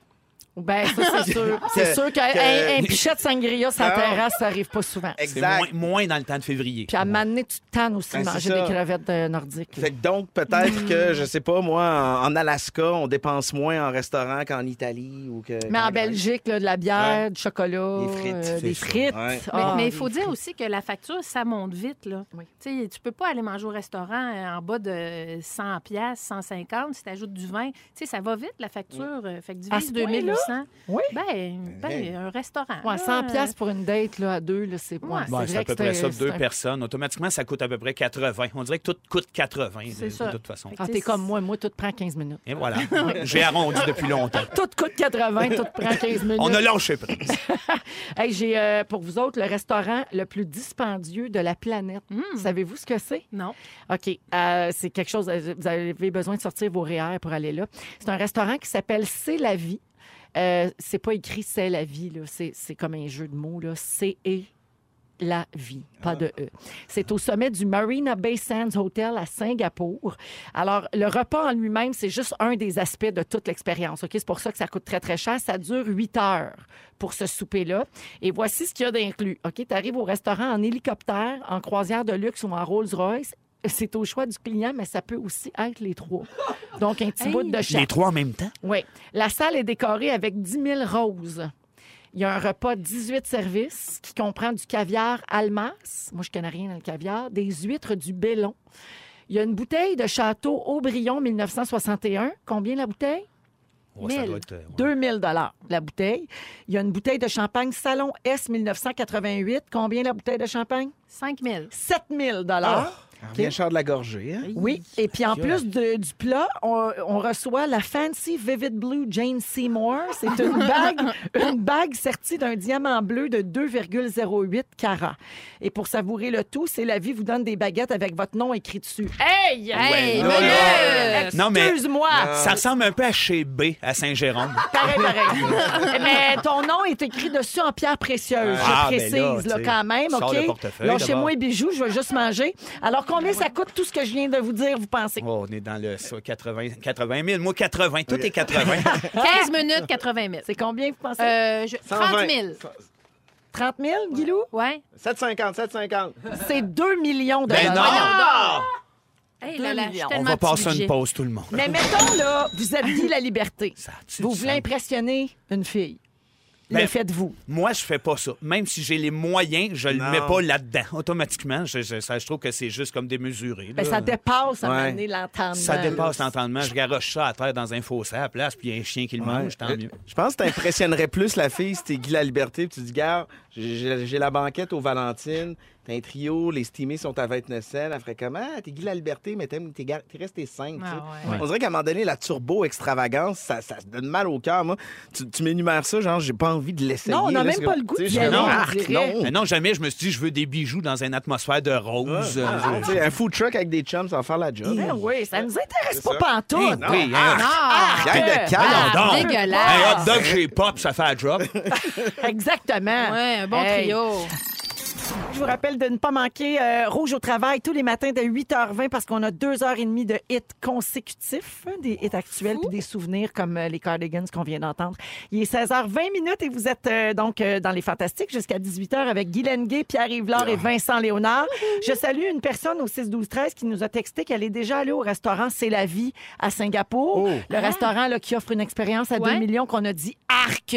Speaker 2: Ben, ça, c'est sûr. C'est
Speaker 1: Que-
Speaker 2: sûr qu'un
Speaker 1: que-
Speaker 2: un pichet de sangria sur la
Speaker 1: Ah.
Speaker 2: terrasse, ça arrive pas souvent.
Speaker 3: C'est
Speaker 1: Exact.
Speaker 3: moins, moins dans le temps de février.
Speaker 2: Puis à m'amener, tu te tannes aussi de
Speaker 1: Ben, c'est
Speaker 2: manger
Speaker 1: ça.
Speaker 2: des crevettes euh, nordiques.
Speaker 1: Fait que donc, peut-être
Speaker 2: Hmm.
Speaker 1: que, je sais pas, moi, en, en Alaska, on dépense moins en restaurant qu'en Italie ou que.
Speaker 2: Mais en
Speaker 1: qu'en Grèce.
Speaker 2: Belgique, là, de la bière, du chocolat,
Speaker 1: Des frites,
Speaker 2: euh,
Speaker 1: c'est
Speaker 2: des
Speaker 1: ça.
Speaker 2: frites.
Speaker 1: Ouais.
Speaker 4: Mais,
Speaker 2: Ah,
Speaker 4: mais il
Speaker 2: des
Speaker 4: faut dire
Speaker 2: frites.
Speaker 4: aussi que la facture, ça monte vite. Là.
Speaker 2: Oui.
Speaker 4: Tu sais, tu peux pas aller manger au restaurant euh, en bas de 100 pièces, 150 si tu ajoutes du vin. Tu sais, ça va vite, la facture. euh, Fait que
Speaker 2: À
Speaker 4: divise
Speaker 2: ce point-là?
Speaker 4: 2800.
Speaker 2: Oui.
Speaker 4: Ben, ben,
Speaker 1: Hey.
Speaker 4: un restaurant.
Speaker 2: Ouais,
Speaker 4: là,
Speaker 2: 100
Speaker 4: euh,
Speaker 2: pièces pour une date là, à deux, là, Ah, c'est
Speaker 4: Ouais.
Speaker 2: ouais,
Speaker 3: Ouais, c'est
Speaker 2: vrai
Speaker 3: à peu
Speaker 2: que
Speaker 3: près
Speaker 2: c'est
Speaker 3: ça,
Speaker 2: un-
Speaker 3: deux
Speaker 2: c'est un-
Speaker 3: personnes. Automatiquement, ça coûte à peu près 80. On dirait que tout coûte 80,
Speaker 4: C'est
Speaker 3: de,
Speaker 4: ça.
Speaker 3: de toute façon.
Speaker 4: Fait que
Speaker 2: Ah, t'es comme moi, moi, tout prend 15 minutes.
Speaker 3: Et voilà. J'ai arrondi depuis longtemps.
Speaker 2: Tout coûte 80, tout prend 15 minutes.
Speaker 3: On a lâché prise.
Speaker 2: Hey, j'ai euh, pour vous autres le restaurant le plus dispendieux de la planète. Savez-vous ce que c'est?
Speaker 4: Non.
Speaker 2: OK. euh, c'est quelque chose, euh, vous avez besoin de sortir vos REER pour aller là. C'est un restaurant qui s'appelle C'est la vie. Euh, c'est pas écrit C'est la vie, là. C'est, c'est comme un jeu de mots, là. C'est et la vie, pas
Speaker 3: Ah.
Speaker 2: de E. C'est au sommet du Marina Bay Sands Hotel à Singapour. Alors, le repas en lui-même, c'est juste un des aspects de toute l'expérience. OK? C'est pour ça que ça coûte très, très cher. Ça dure huit heures pour ce souper-là. Et voici ce qu'il y a d'inclus. OK? Tu arrives au restaurant en hélicoptère, en croisière de luxe ou en Rolls-Royce. C'est au choix du client, mais ça peut aussi être les trois. Donc, un petit
Speaker 4: Hey!
Speaker 2: bout de
Speaker 3: Les
Speaker 2: chaque.
Speaker 3: trois en même temps.
Speaker 2: Oui. La salle est décorée avec 10 000 roses. Il y a un repas de 18 services qui comprend du caviar almas. Moi, je connais rien dans le caviar. Des huîtres du Bélon. Il y a une bouteille de Château Aubryon 1961. Combien la bouteille?
Speaker 3: Ouais, ça
Speaker 2: Mille.
Speaker 3: doit être, euh, ouais.
Speaker 2: 2000 dollars la bouteille. Il y a une bouteille de champagne Salon S 1988. Combien la bouteille de champagne?
Speaker 4: 5 000.
Speaker 2: 7000 dollars.
Speaker 1: Ah, On revient cher de la gorgée, hein?
Speaker 2: Oui, et puis en
Speaker 1: que-
Speaker 2: plus de- du plat, on, on reçoit la Fancy Vivid Blue Jane Seymour. C'est une bague, une bague sertie d'un diamant bleu de 2,08 carats. Et pour savourer le tout, c'est la vie vous donne des baguettes avec votre nom écrit dessus.
Speaker 4: Hey! Hey!
Speaker 3: non,
Speaker 4: minute!
Speaker 3: Non, mais
Speaker 2: Excuse-moi.
Speaker 3: ça ressemble un peu à chez B, à Saint-Jérôme.
Speaker 2: Pareil, pareil. mais ton nom est écrit dessus en pierre précieuse,
Speaker 3: Ah,
Speaker 2: je
Speaker 3: ben là,
Speaker 2: précise, là,
Speaker 3: tu sais,
Speaker 2: quand même,
Speaker 3: sors le
Speaker 2: OK?
Speaker 3: portefeuille,
Speaker 2: Alors, chez
Speaker 3: d'abord. Ben
Speaker 2: moi, les bijoux, je vais juste manger. Alors, combien ça coûte tout ce que je viens de vous dire, vous pensez?
Speaker 3: Oh, on est dans le ça, 80, 80 000. Moi, 80. Tout est 80.
Speaker 2: Ah!
Speaker 4: 15 minutes, 80 000.
Speaker 2: C'est combien, vous pensez?
Speaker 4: Euh, je- 30 000.
Speaker 2: 30 000, Guilou?
Speaker 4: Ouais.
Speaker 1: 750, 750.
Speaker 2: C'est 2 millions de
Speaker 3: Ben
Speaker 2: dollars.
Speaker 4: Hey,
Speaker 2: Deux
Speaker 4: là, là, je suis
Speaker 2: millions.
Speaker 3: On
Speaker 4: tellement
Speaker 3: va
Speaker 4: petit
Speaker 3: passer
Speaker 4: budget.
Speaker 3: une pause, tout le monde.
Speaker 2: Mais mettons, là, vous aviez la liberté.
Speaker 3: Ça a-tu
Speaker 2: Vous
Speaker 3: du
Speaker 2: voulez
Speaker 3: sens?
Speaker 2: impressionner une fille. Le
Speaker 3: Ben-
Speaker 2: faites-vous.
Speaker 3: Moi, je fais pas ça. Même si j'ai les moyens, je le
Speaker 1: Non.
Speaker 3: mets pas là-dedans. Automatiquement, je, je- ça, je trouve que c'est juste comme démesuré.
Speaker 2: Ben,
Speaker 3: là.
Speaker 2: ça dépasse à
Speaker 1: Ouais.
Speaker 2: mener l'entendement.
Speaker 3: Ça dépasse
Speaker 2: là.
Speaker 3: l'entendement. Je garoche ça à terre dans un fossé à la place, puis il y a un chien qui le mange, tant mieux.
Speaker 1: Je pense que t'impressionnerais plus la fille si t'es Guy la Liberté puis tu dis, gars, j'ai j'ai la banquette aux Valentines, t'as un trio, les stimés sont à 29 cents. Elle ferait comment? Ah, T'es Guy la Liberté, mais t'aimes- t'es gar- t'es resté 5.
Speaker 4: Ah ouais.
Speaker 1: On dirait qu'à un moment donné, la turbo-extravagance, ça, ça se donne mal au cœur. Moi, tu, tu m'énumères ça, genre, j'ai pas envie de l'essayer.
Speaker 2: Non, on n'a
Speaker 1: là,
Speaker 2: même
Speaker 1: c'est
Speaker 2: pas
Speaker 1: comme-
Speaker 2: le goût
Speaker 1: tu sais,
Speaker 2: d'y
Speaker 1: je
Speaker 2: aller, on
Speaker 1: remarque,
Speaker 2: dirait.
Speaker 1: non.
Speaker 3: Mais Ben non, jamais je me suis dit, je veux des bijoux dans une atmosphère de rose. Euh,
Speaker 1: Ah, tu sais, un food truck avec des chums, ça va faire la job.
Speaker 2: Ben oui, ça nous intéresse pas
Speaker 1: ça.
Speaker 2: pantoute.
Speaker 1: Ah,
Speaker 3: hey, oui, hein.
Speaker 4: Ah!
Speaker 1: Gang de
Speaker 2: Ah,
Speaker 1: calme.
Speaker 3: Voyons donc.
Speaker 4: dégueulasse.
Speaker 3: Un hot dog chez Pop, ça fait un drop.
Speaker 2: Exactement.
Speaker 4: Ouais, un bon
Speaker 2: Hey.
Speaker 4: trio.
Speaker 2: Je vous rappelle de ne pas manquer euh, Rouge au travail tous les matins de 8h20 parce qu'on a deux heures et demie de hits consécutifs, hein, des hits actuels puis des souvenirs comme euh, les Cardigans qu'on vient d'entendre. Il est 16h20 minutes et vous êtes euh, donc euh, dans les Fantastiques jusqu'à 18h avec Guylaine Gay, Pierre-Yves Laure et Vincent Léonard. Je salue une personne au 6-12-13 qui nous a texté qu'elle est déjà allée au restaurant C'est la vie à Singapour. Le restaurant là, qui offre une expérience à 2
Speaker 4: Ouais.
Speaker 2: millions qu'on a dit arc.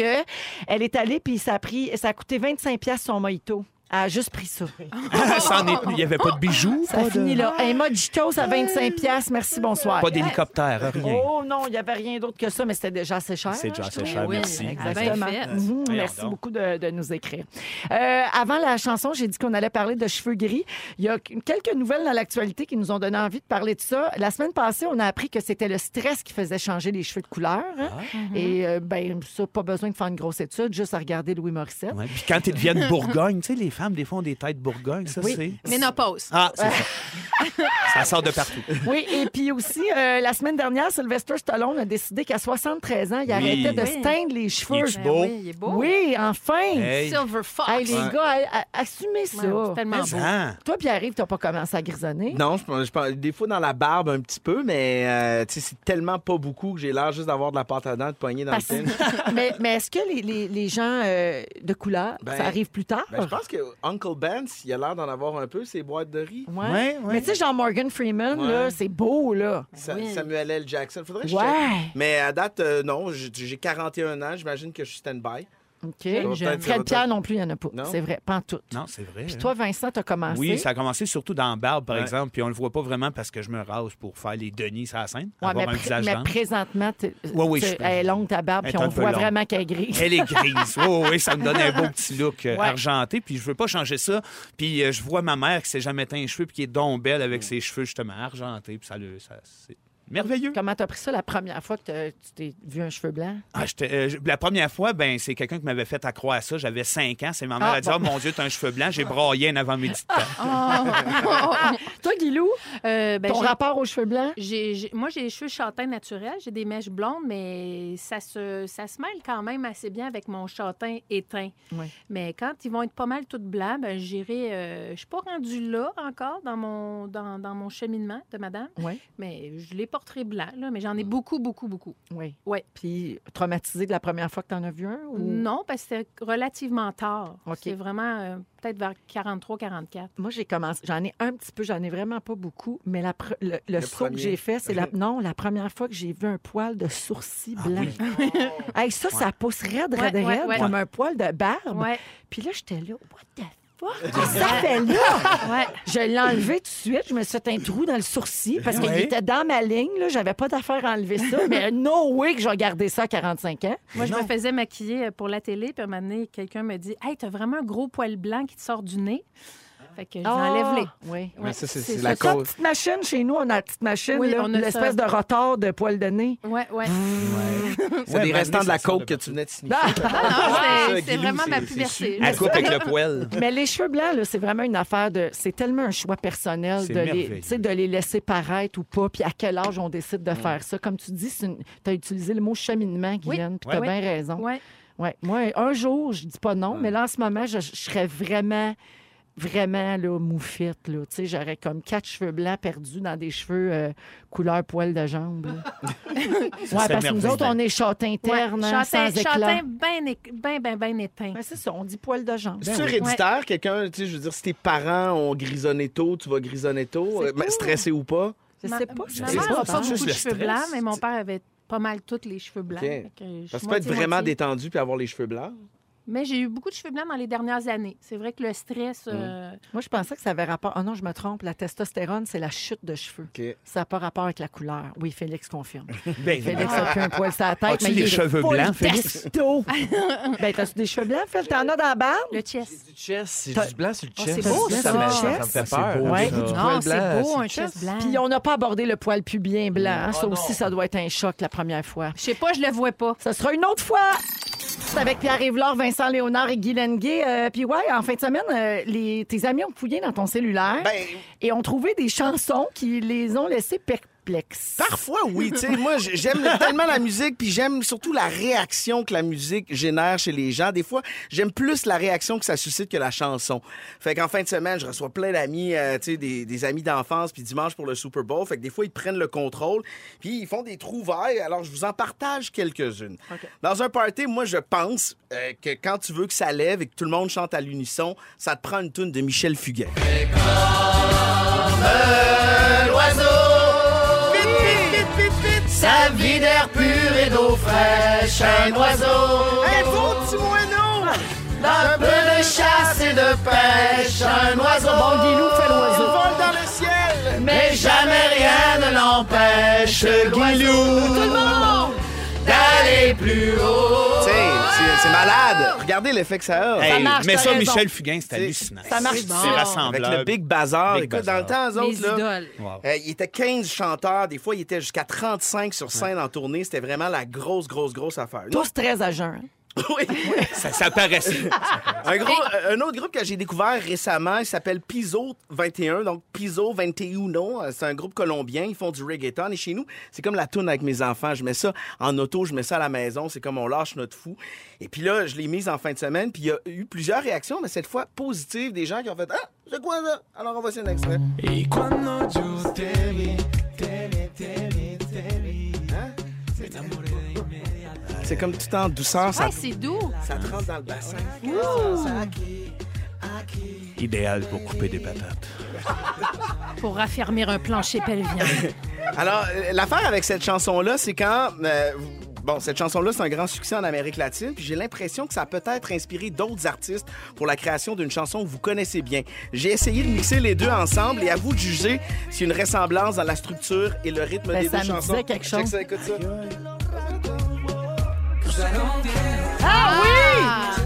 Speaker 2: Elle est allée puis ça a, pris, ça a coûté 25 pièces son mojito. Elle a juste pris ça.
Speaker 3: Ça en est- Il n'y avait pas de bijoux,
Speaker 2: Ça
Speaker 3: Ah, pas, de-
Speaker 2: finit là. Un mojitos à 25 pièces. Merci, bonsoir.
Speaker 3: pas d'hélicoptère, rien.
Speaker 2: Oh non, il n'y avait rien d'autre que ça, mais c'était déjà assez cher.
Speaker 3: C'est déjà
Speaker 2: je
Speaker 3: assez
Speaker 2: trouve.
Speaker 3: cher,
Speaker 4: Oui,
Speaker 3: merci.
Speaker 4: à
Speaker 2: Exactement.
Speaker 4: bien fait.
Speaker 2: Mhm,
Speaker 3: Voyons
Speaker 2: Merci
Speaker 3: donc.
Speaker 2: beaucoup de, de nous écrire. Euh, avant la chanson, j'ai dit qu'on allait parler de cheveux gris. Il y a quelques nouvelles dans l'actualité qui nous ont donné envie de parler de ça. La semaine passée, on a appris que c'était le stress qui faisait changer les cheveux de couleur. hein.
Speaker 3: Ah.
Speaker 4: Mhm.
Speaker 2: Et euh, ben ça, pas besoin de faire une grosse étude, juste à regarder Louis Morissette.
Speaker 3: Ouais, Puis quand ils deviennent Bourgogne, tu sais, les femmes, des fois, ont des têtes bourgogne, ça,
Speaker 2: Oui.
Speaker 3: c'est...
Speaker 4: Ménopause.
Speaker 3: Ah, c'est ça. ça sort de partout.
Speaker 2: Oui, et puis aussi, euh, la semaine dernière, Sylvester Stallone a décidé qu'à 73 ans, il arrêtait de se
Speaker 4: Oui.
Speaker 2: teindre les cheveux.
Speaker 3: Il est
Speaker 4: Ben
Speaker 3: beau. Eh
Speaker 4: Oui, il est beau.
Speaker 2: Oui, enfin!
Speaker 3: Hey.
Speaker 4: Silver Fox.
Speaker 2: Hey, les
Speaker 3: Ouais.
Speaker 2: gars, a- a- assumez
Speaker 4: Ouais,
Speaker 2: ça.
Speaker 4: c'est tellement beau.
Speaker 3: Ah.
Speaker 2: Toi, Pierre-Yves, t'as pas commencé à grisonner?
Speaker 1: Non, je, pense- je pense- des fois dans la barbe un petit peu, mais euh, tu sais, c'est tellement pas beaucoup que j'ai l'air juste d'avoir de la pâte à dents de poignée dans
Speaker 2: Parce-
Speaker 1: le film.
Speaker 2: mais mais est-ce que les, les- les gens euh, de couleur,
Speaker 1: Ben,
Speaker 2: ça arrive plus tard?
Speaker 1: Ben, je pense que Uncle Ben's, il a l'air d'en avoir un peu, ses boîtes de riz.
Speaker 2: Ouais.
Speaker 3: Ouais, ouais.
Speaker 2: Mais tu sais, genre Morgan Freeman,
Speaker 1: Ouais.
Speaker 2: là, c'est beau, là.
Speaker 1: Sa-
Speaker 4: oui.
Speaker 1: Samuel L. Jackson. Faudrait que je check.
Speaker 2: Ouais.
Speaker 1: Mais à date, euh, non, j'ai- j'ai 41 ans, j'imagine que je suis stand-by.
Speaker 2: OK.
Speaker 1: Ça va peut-être- ça va
Speaker 2: Fred Pierre non plus, il n'y en a pas.
Speaker 1: Non?
Speaker 2: C'est vrai, pas en tout.
Speaker 3: Non, c'est vrai.
Speaker 2: Puis
Speaker 3: hein.
Speaker 2: toi, Vincent, t'as commencé.
Speaker 3: Oui, ça a commencé surtout dans la barbe, par
Speaker 1: Ouais.
Speaker 3: exemple, puis on le voit pas vraiment parce que je me rase pour faire les Denis sur la scène,
Speaker 2: Ouais, mais,
Speaker 3: avoir un
Speaker 2: pré-
Speaker 3: visage
Speaker 2: mais
Speaker 3: d'ange.
Speaker 2: présentement, t'es-
Speaker 3: Ouais, oui,
Speaker 2: t'es-
Speaker 3: je-
Speaker 2: elle est longue ta barbe,
Speaker 3: Elle
Speaker 2: puis
Speaker 3: est
Speaker 2: on
Speaker 3: un peu
Speaker 2: voit
Speaker 3: longue.
Speaker 2: vraiment qu'elle est grise.
Speaker 3: Elle est grise. Oh, oui, ça me donne un beau petit look euh,
Speaker 2: Ouais.
Speaker 3: argenté. Puis je veux pas changer ça. Puis euh, je vois ma mère qui s'est jamais teint les cheveux puis qui est donc belle avec ses cheveux justement argentés. Puis ça, le- ça c'est merveilleux.
Speaker 2: Comment t'as pris ça la première fois que t'as- tu t'es vu un cheveu blanc?
Speaker 3: Ah, j'étais- euh, j- la première fois, ben c'est quelqu'un qui m'avait fait accroire à ça. J'avais 5 ans. C'est ma mère
Speaker 2: Ah,
Speaker 3: a dit
Speaker 2: bon.
Speaker 3: Oh mon Dieu, t'as un cheveu blanc. J'ai braillé un avant-midi de temps.
Speaker 2: Toi, Guilou,
Speaker 4: Ah! Euh, ben,
Speaker 2: ton
Speaker 4: j'ai-
Speaker 2: rapport aux cheveux blancs?
Speaker 4: j'ai- j'ai- moi, j'ai les cheveux châtains naturels, j'ai des mèches blondes, mais ça se, ça se mêle quand même assez bien avec mon châtain éteint.
Speaker 2: Oui.
Speaker 4: Mais quand ils vont être pas mal toutes blancs, ben, j'irai. euh, je suis pas rendue là encore dans mon, dans, dans mon cheminement de madame,
Speaker 2: Oui.
Speaker 4: mais je les porterai blancs, là, mais j'en
Speaker 2: Mm.
Speaker 4: ai beaucoup, beaucoup, beaucoup.
Speaker 2: Oui.
Speaker 4: Ouais.
Speaker 2: Puis traumatisé de la première fois que t'en as vu un? Ou...
Speaker 4: Non, parce que c'était relativement tard.
Speaker 2: OK.
Speaker 4: C'était vraiment euh, peut-être vers 43, 44.
Speaker 2: Moi, j'ai commencé. J'en ai un petit peu, j'en ai vraiment pas beaucoup, mais la pre- le, le
Speaker 1: Le
Speaker 2: saut que
Speaker 1: premier.
Speaker 2: j'ai fait, c'est la, non, la première fois que j'ai vu un poil de sourcil blanc. Hey, ça, ça pousse raide, raide,
Speaker 4: Ouais, ouais,
Speaker 2: raide,
Speaker 4: ouais.
Speaker 2: comme un poil de barbe.
Speaker 4: Ouais,
Speaker 2: Puis là, j'étais là, what the fuck? Qu'est-ce que ça fait là?
Speaker 4: ouais.
Speaker 2: Je l'ai enlevé tout de suite. Je me suis fait un trou dans le sourcil parce qu'il
Speaker 3: Ouais.
Speaker 2: était dans ma ligne. Là. J'avais pas d'affaire à enlever ça, mais no way que je vais garder ça à 45 ans.
Speaker 4: Moi, je
Speaker 3: non.
Speaker 4: me faisais maquiller euh, pour la télé, puis un moment donné, quelqu'un me dit Hey, t'as vraiment un gros poil blanc qui te sort du nez. Fait que j'enlève les.
Speaker 2: les Ah! Oui.
Speaker 1: Mais ça, c'est- c'est
Speaker 2: La
Speaker 1: La cause.
Speaker 2: petite machine chez nous, on a la petite machine,
Speaker 4: Oui,
Speaker 2: là,
Speaker 4: on a
Speaker 2: l'espèce
Speaker 4: ça.
Speaker 2: de rotor de poils de nez.
Speaker 4: Ouais, ouais.
Speaker 1: C'est
Speaker 3: Ouais, ben,
Speaker 1: des
Speaker 3: mais
Speaker 1: restants de la
Speaker 3: ça sort
Speaker 1: coke que
Speaker 3: de partout.
Speaker 1: tu venais de signer.
Speaker 2: Ah!
Speaker 4: Ah,
Speaker 1: Ça,
Speaker 4: c'est
Speaker 1: Guilou,
Speaker 4: vraiment ma
Speaker 1: c'est- c'est
Speaker 4: puberté.
Speaker 3: Elle coupe avec le poil.
Speaker 2: Mais les cheveux blancs, là, c'est vraiment une affaire de. C'est tellement un choix personnel
Speaker 3: C'est
Speaker 2: de les,
Speaker 3: merveilleux.
Speaker 2: tu sais, de les laisser paraître ou pas, puis à quel âge on décide de faire ça. Comme tu dis, tu as utilisé le mot cheminement, Guylaine, puis tu as
Speaker 4: Ouais.
Speaker 2: bien raison.
Speaker 4: Ouais.
Speaker 2: Ouais. Moi, un jour, je dis pas non, mais là, en ce moment, je, je serais vraiment, vraiment là, moufette. Là. Tu sais, J'aurais comme quatre cheveux blancs perdus dans des cheveux euh, couleur poil de jambe. là. ouais, parce que nous
Speaker 3: merveilleux.
Speaker 2: autres, on est châtain interne,
Speaker 4: Ouais. Châtain,
Speaker 2: sans éclat.
Speaker 4: châtain bien, éc- bien, bien, bien éteint.
Speaker 2: Ouais, Ben, c'est ça, on dit poil de jambe. Ben
Speaker 1: C'est héréditaire, quelqu'un, tu sais, je veux dire, si tes parents ont grisonné tôt, tu vas grisonner tôt,
Speaker 2: C'est
Speaker 1: euh, ben,
Speaker 2: cool.
Speaker 1: stressé ou pas.
Speaker 2: Je
Speaker 4: Ma-
Speaker 2: sais pas.
Speaker 4: Ma
Speaker 2: je sais
Speaker 4: mère
Speaker 3: pas,
Speaker 4: n'a
Speaker 2: pas. hein.
Speaker 4: pas
Speaker 3: juste
Speaker 4: beaucoup de
Speaker 3: le
Speaker 4: cheveux
Speaker 3: stress.
Speaker 4: blancs, mais mon père avait pas mal tous les cheveux blancs.
Speaker 1: OK.
Speaker 4: Fait que je
Speaker 1: Parce que
Speaker 4: suis
Speaker 1: tu peux être vraiment
Speaker 4: moitié-moitié.
Speaker 1: détendu puis avoir les cheveux blancs.
Speaker 4: Mais j'ai eu beaucoup de cheveux blancs dans les dernières années. C'est vrai que le stress. euh,
Speaker 1: Mm.
Speaker 2: Moi, je pensais que ça avait rapport. Ah non, je me trompe. La testostérone, c'est la chute de cheveux.
Speaker 1: OK.
Speaker 2: Ça n'a pas rapport avec la couleur. Oui, Félix confirme.
Speaker 3: Ben,
Speaker 2: Félix a plus un poil sur la tête.
Speaker 3: As-tu
Speaker 2: mais
Speaker 3: des
Speaker 2: il est
Speaker 3: cheveux
Speaker 2: full
Speaker 3: blancs, Félix?
Speaker 2: testo. ben, t'as-tu des cheveux blancs, Félix? T'en as dans la barbe?
Speaker 4: Le chest.
Speaker 5: Du chest, c'est
Speaker 2: T'as-
Speaker 5: du blanc sur le
Speaker 4: Oh,
Speaker 5: chest.
Speaker 4: c'est beau,
Speaker 5: ça,
Speaker 2: ça.
Speaker 5: me-
Speaker 2: Le
Speaker 5: ça me
Speaker 2: chest.
Speaker 5: fait
Speaker 1: Ah, c'est
Speaker 5: peur.
Speaker 1: beau,
Speaker 2: Ouais.
Speaker 5: ça.
Speaker 1: ça.
Speaker 5: Du
Speaker 4: Non,
Speaker 5: poil
Speaker 4: c'est
Speaker 5: blanc,
Speaker 4: beau,
Speaker 5: sur
Speaker 4: un
Speaker 5: le
Speaker 4: chest blanc.
Speaker 2: Puis on n'a pas abordé le poil pubien blanc. hein.
Speaker 5: Oh
Speaker 2: ça
Speaker 5: non.
Speaker 2: aussi, ça doit être un choc la première fois.
Speaker 4: Je sais pas, je le vois pas.
Speaker 2: Ça sera une autre fois! C'est avec Pierre Évelard, Vincent Léonard et Guy Lenguet. Euh, Puis ouais, en fin de semaine, euh, les, tes amis ont fouillé dans ton cellulaire
Speaker 1: Ben,
Speaker 2: et ont trouvé des chansons qui les ont laissés perplexes.
Speaker 1: Parfois, oui. Tu sais, moi, j- j'aime tellement la musique, puis j'aime surtout la réaction que la musique génère chez les gens. Des fois, j'aime plus la réaction que ça suscite que la chanson. Fait qu'en fin de semaine, je reçois plein d'amis, euh, tu sais, des, des amis d'enfance, puis dimanche pour le Super Bowl. Fait que des fois, ils prennent le contrôle, puis ils font des trouvailles. Alors, je vous en partage quelques-unes. Dans un party, moi, je pense euh, que quand tu veux que ça lève et que tout le monde chante à l'unisson, ça te prend une tune de Michel Fugain. Sa vie d'air pur et d'eau fraîche, un oiseau. Un beau petit moineau! Un peu de chasse et de pêche, un oiseau.
Speaker 2: Bon, Guilou fait l'oiseau.
Speaker 1: Oh, Il vole dans le ciel,
Speaker 2: Mais
Speaker 1: jamais rien ne l'empêche, Guilou. Tout le monde! D'aller plus haut. C'est c'est malade. Regardez l'effet que ça a.
Speaker 3: Hey,
Speaker 2: marche,
Speaker 3: mais
Speaker 2: t'as
Speaker 3: ça,
Speaker 2: raison.
Speaker 3: Michel Fugain, c'est
Speaker 1: C'est-
Speaker 3: hallucinant.
Speaker 2: ça marche
Speaker 3: C'est
Speaker 2: bon.
Speaker 1: Avec
Speaker 3: rassembleur.
Speaker 1: le Big Bazar.
Speaker 3: Big
Speaker 1: Écoute,
Speaker 3: Bazar.
Speaker 1: dans le temps, eux autres,
Speaker 4: Mes
Speaker 1: là,
Speaker 4: idoles.
Speaker 3: Wow.
Speaker 1: euh, il était 15 chanteurs. Des fois, il était jusqu'à 35 sur scène en tournée. C'était vraiment la grosse, grosse, grosse affaire.
Speaker 2: Tous très à jeun.
Speaker 1: oui.
Speaker 3: Ça, ça paraissait.
Speaker 1: Un, gros- euh, un autre groupe que j'ai découvert récemment, il s'appelle Piso 21, donc Piso 21, euh, c'est un groupe colombien, ils font du reggaeton et chez nous, c'est comme la toune avec mes enfants, je mets ça en auto, je mets ça à la maison, c'est comme on lâche notre fou. Et puis là, je l'ai mise en fin de semaine, puis il y a eu plusieurs réactions, mais cette fois positives, des gens qui ont fait "Ah, c'est quoi ça Alors on va essayer un extrait.
Speaker 5: Y cuando yo te vi, te vi, te vi, te vi,
Speaker 1: Hein?
Speaker 5: me enamoré de inmediato.
Speaker 1: C'est comme tout en douceur, ça,
Speaker 4: Ouais, c'est doux.
Speaker 1: ça te rentre dans le bassin.
Speaker 3: Idéal pour couper des patates.
Speaker 4: Pour raffermir un plancher pelvien.
Speaker 1: Alors, euh, l'affaire avec cette chanson-là, c'est quand. euh, Bon, cette chanson-là, c'est un grand succès en Amérique latine, puis j'ai l'impression que ça a peut-être inspiré d'autres artistes pour la création d'une chanson que vous connaissez bien. J'ai essayé de mixer les deux ensemble et à vous de juger s'il y a une ressemblance dans la structure et le rythme
Speaker 2: Ben,
Speaker 1: des
Speaker 2: ça
Speaker 1: deux
Speaker 2: me
Speaker 1: chansons.
Speaker 2: disait quelque
Speaker 1: Check
Speaker 2: chose.
Speaker 1: ça, écoute ça.
Speaker 3: Ah
Speaker 2: Ah!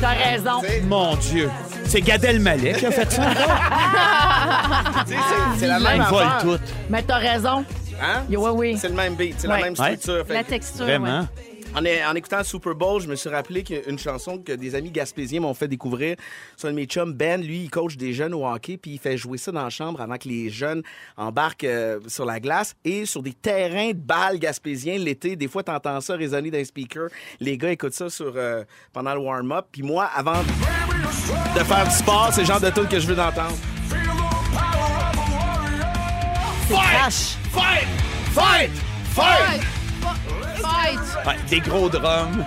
Speaker 2: T'as raison.
Speaker 3: Mon Dieu. C'est Gad Elmaleh qui a fait ça.
Speaker 2: Ah.
Speaker 1: Tu sais, c'est- c'est la
Speaker 3: Il
Speaker 1: même
Speaker 3: vole
Speaker 1: affaire.
Speaker 3: tout.
Speaker 2: Mais t'as raison.
Speaker 1: Hein?
Speaker 2: Yeah, ouais, oui.
Speaker 1: C'est le même beat, c'est
Speaker 2: Ouais.
Speaker 1: la même structure. Fait
Speaker 4: La
Speaker 1: que-
Speaker 4: texture. ouais.
Speaker 3: Vraiment.
Speaker 1: En, é- en écoutant le Super Bowl, je me suis rappelé qu'une chanson que des amis gaspésiens m'ont fait découvrir. C'est un de mes chums, Ben. Lui, il coach des jeunes au hockey, puis il fait jouer ça dans la chambre avant que les jeunes embarquent euh, sur la glace et sur des terrains de balles gaspésiens l'été. Des fois, t'entends ça résonner d'un speaker. Les gars écoutent ça sur, euh, pendant le warm-up. Puis moi, avant de faire du sport, c'est le genre de truc que je veux d'entendre.
Speaker 2: C'est trash.
Speaker 3: Fight! Fight! Fight!
Speaker 6: Fight!
Speaker 3: Ouais, des gros drums.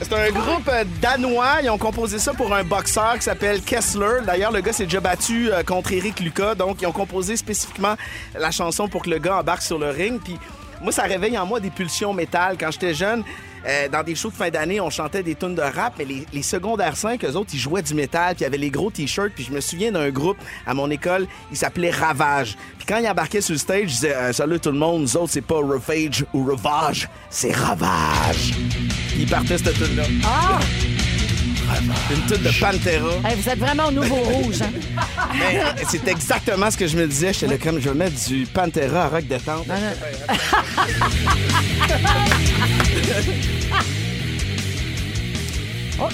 Speaker 1: C'est un groupe euh, danois. Ils ont composé ça pour un boxeur qui s'appelle Kessler. D'ailleurs, le gars s'est déjà battu euh, contre Eric Lucas. Donc, ils ont composé spécifiquement la chanson pour que le gars embarque sur le ring. Puis, moi, ça réveille en moi des pulsions métal. Quand j'étais jeune, euh, dans des shows de fin d'année, on chantait des tunes de rap, mais les, les secondaires 5, eux autres, ils jouaient du métal, puis ils avaient les gros t-shirts, puis je me souviens d'un groupe à mon école, il s'appelait Ravage. Puis quand ils embarquaient sur le stage, je disais euh, Salut tout le monde, nous autres, c'est pas Ravage ou Ravage, c'est Ravage. » Il partait cette tune-là.
Speaker 2: Ah!
Speaker 1: Une tune de Pantera.
Speaker 2: Hey, vous êtes vraiment au nouveau rouge. hein.
Speaker 1: Mais c'est exactement ce que je me disais. J'étais là comme, je vais mettre du Pantera à rock détente.
Speaker 2: OK.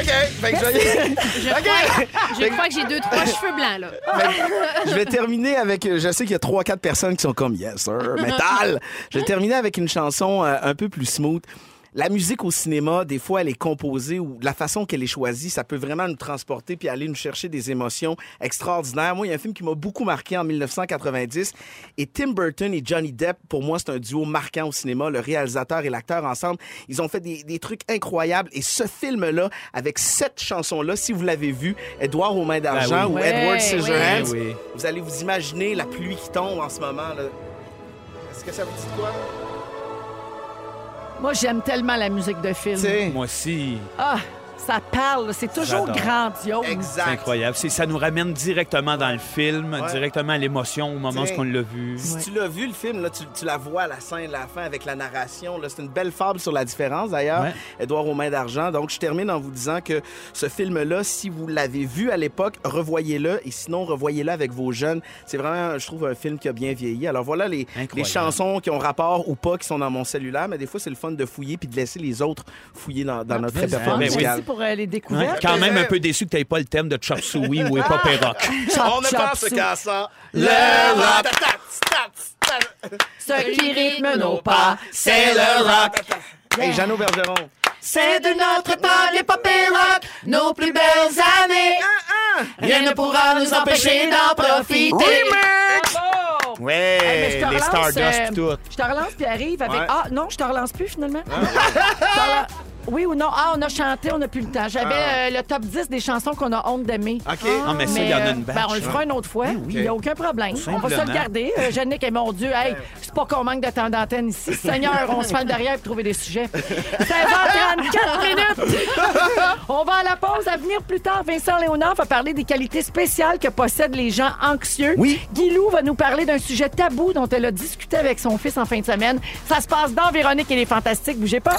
Speaker 1: OK. Fait que je...
Speaker 6: Je
Speaker 1: OK.
Speaker 6: crois, je crois que j'ai deux, trois cheveux blancs, là.
Speaker 1: je vais terminer avec. euh, Je sais qu'il y a trois, quatre personnes qui sont comme Yes, sir, metal. Je vais terminer avec une chanson euh, un peu plus smooth. La musique au cinéma, des fois, elle est composée ou la façon qu'elle est choisie, ça peut vraiment nous transporter puis aller nous chercher des émotions extraordinaires. Moi, il y a un film qui m'a beaucoup marqué en 1990 et Tim Burton et Johnny Depp, pour moi, c'est un duo marquant au cinéma. Le réalisateur et l'acteur ensemble, ils ont fait des, des trucs incroyables et ce film-là, avec cette chanson-là, si vous l'avez vu, Edouard aux mains d'argent
Speaker 3: oui.
Speaker 1: ou
Speaker 2: Ouais,
Speaker 1: Edward
Speaker 2: oui.
Speaker 1: Scissorhands,
Speaker 3: Eh oui.
Speaker 1: vous allez vous imaginer la pluie qui tombe en ce moment. là. Est-ce que ça vous dit de quoi?
Speaker 2: Moi, j'aime tellement la musique de film.
Speaker 1: Tu sais,
Speaker 3: Moi aussi.
Speaker 2: Ah, ça parle. C'est toujours
Speaker 3: J'adore.
Speaker 2: grandiose.
Speaker 3: C'est
Speaker 1: exact.
Speaker 3: incroyable. C'est- Ça nous ramène directement dans le film,
Speaker 1: Ouais.
Speaker 3: directement à l'émotion au moment où
Speaker 1: T'sais.
Speaker 3: on l'a vu.
Speaker 1: Si tu l'as vu, le film, là, tu, tu la vois à la scène, la fin, avec la narration. là. C'est une belle fable sur la différence, d'ailleurs.
Speaker 3: Ouais.
Speaker 1: Édouard aux mains d'argent. Donc, je termine en vous disant que ce film-là, si vous l'avez vu à l'époque, revoyez-le. Et sinon, revoyez-le avec vos jeunes. C'est vraiment, je trouve, un film qui a bien vieilli. Alors, voilà les,
Speaker 3: Incroyable.
Speaker 1: les chansons qui ont rapport ou pas qui sont dans mon cellulaire. Mais des fois, c'est le fun de fouiller puis de laisser les autres fouiller dans, dans notre
Speaker 3: mais
Speaker 1: répertoire
Speaker 3: ben oui.
Speaker 1: musical.
Speaker 2: Merci pour euh, les
Speaker 3: Hein?
Speaker 2: découvertes.
Speaker 3: Quand même un peu déçu que tu pas le thème de Chop Suey ou Hip Hop et Rock.
Speaker 2: Chop,
Speaker 1: On ne
Speaker 2: chop,
Speaker 1: pense
Speaker 2: sou-
Speaker 1: qu'à ça.
Speaker 2: Le
Speaker 1: rap.
Speaker 2: Ce qui rythme nos pas,
Speaker 1: C'est le rock. Hey, Jeannot Bergeron.
Speaker 2: C'est de notre temps l'épopée rock, nos plus belles années.
Speaker 3: Ah,
Speaker 2: Rien ne pourra nous empêcher d'en profiter.
Speaker 3: Ouais,
Speaker 2: Mais je te
Speaker 3: les
Speaker 2: relance,
Speaker 3: Stardust
Speaker 2: euh,
Speaker 3: pis tout.
Speaker 2: Je te relance puis arrive avec
Speaker 1: Ouais.
Speaker 2: ah non je te relance plus finalement.
Speaker 3: Ah,
Speaker 2: Je te relance- Oui ou non ah on a chanté on n'a plus le temps. J'avais
Speaker 3: Ah.
Speaker 2: euh, le top 10 des chansons qu'on a honte d'aimer.
Speaker 1: OK.
Speaker 3: Non, mais ça,
Speaker 2: Mais,
Speaker 3: il y en a
Speaker 2: euh,
Speaker 3: une batch. hein.
Speaker 2: ben,
Speaker 3: Eh
Speaker 2: on le fera une autre fois. Il n'y a aucun problème. On va se le
Speaker 3: simplement.
Speaker 2: garder. Euh, Yannick et mon Dieu, hey, c'est pas qu'on manque de temps d'antenne ici. Seigneur, on se fait le derrière pour trouver des sujets. 16h34 minutes. on va à la pause. À venir plus tard, Vincent Léonard va parler des qualités spéciales que possèdent les gens anxieux.
Speaker 1: Oui.
Speaker 2: Guilou va nous parler d'un sujet tabou dont elle a discuté avec son fils en fin de semaine. Ça se passe dans Véronique et les Fantastiques. Bougez pas.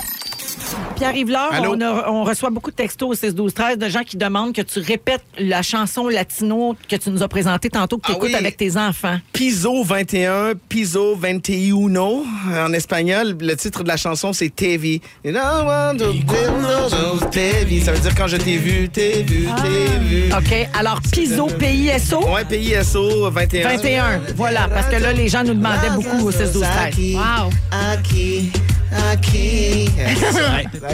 Speaker 2: Pierre-Yves Laure,
Speaker 1: Allô?
Speaker 2: on, a- on reçoit beaucoup de textos au 6 12 13 de gens qui demandent que tu répètes la chanson latino que tu nous as présentée tantôt, que tu
Speaker 1: Ah
Speaker 2: écoutes
Speaker 1: oui.
Speaker 2: avec tes enfants.
Speaker 1: Piso 21, Piso 21 en espagnol. Le titre de la chanson, c'est Te vi. And I want to be- Te vi. Ça veut dire quand je t'ai vu, t'es vu,
Speaker 2: Ah.
Speaker 1: t'es vu.
Speaker 2: OK? Alors, Piso, P-I-S-O,
Speaker 1: Ouais, PISO 21.
Speaker 2: 21. Voilà, parce que là, les gens nous demandaient beaucoup au 6 12 13
Speaker 6: Wow.
Speaker 1: Aki, aki.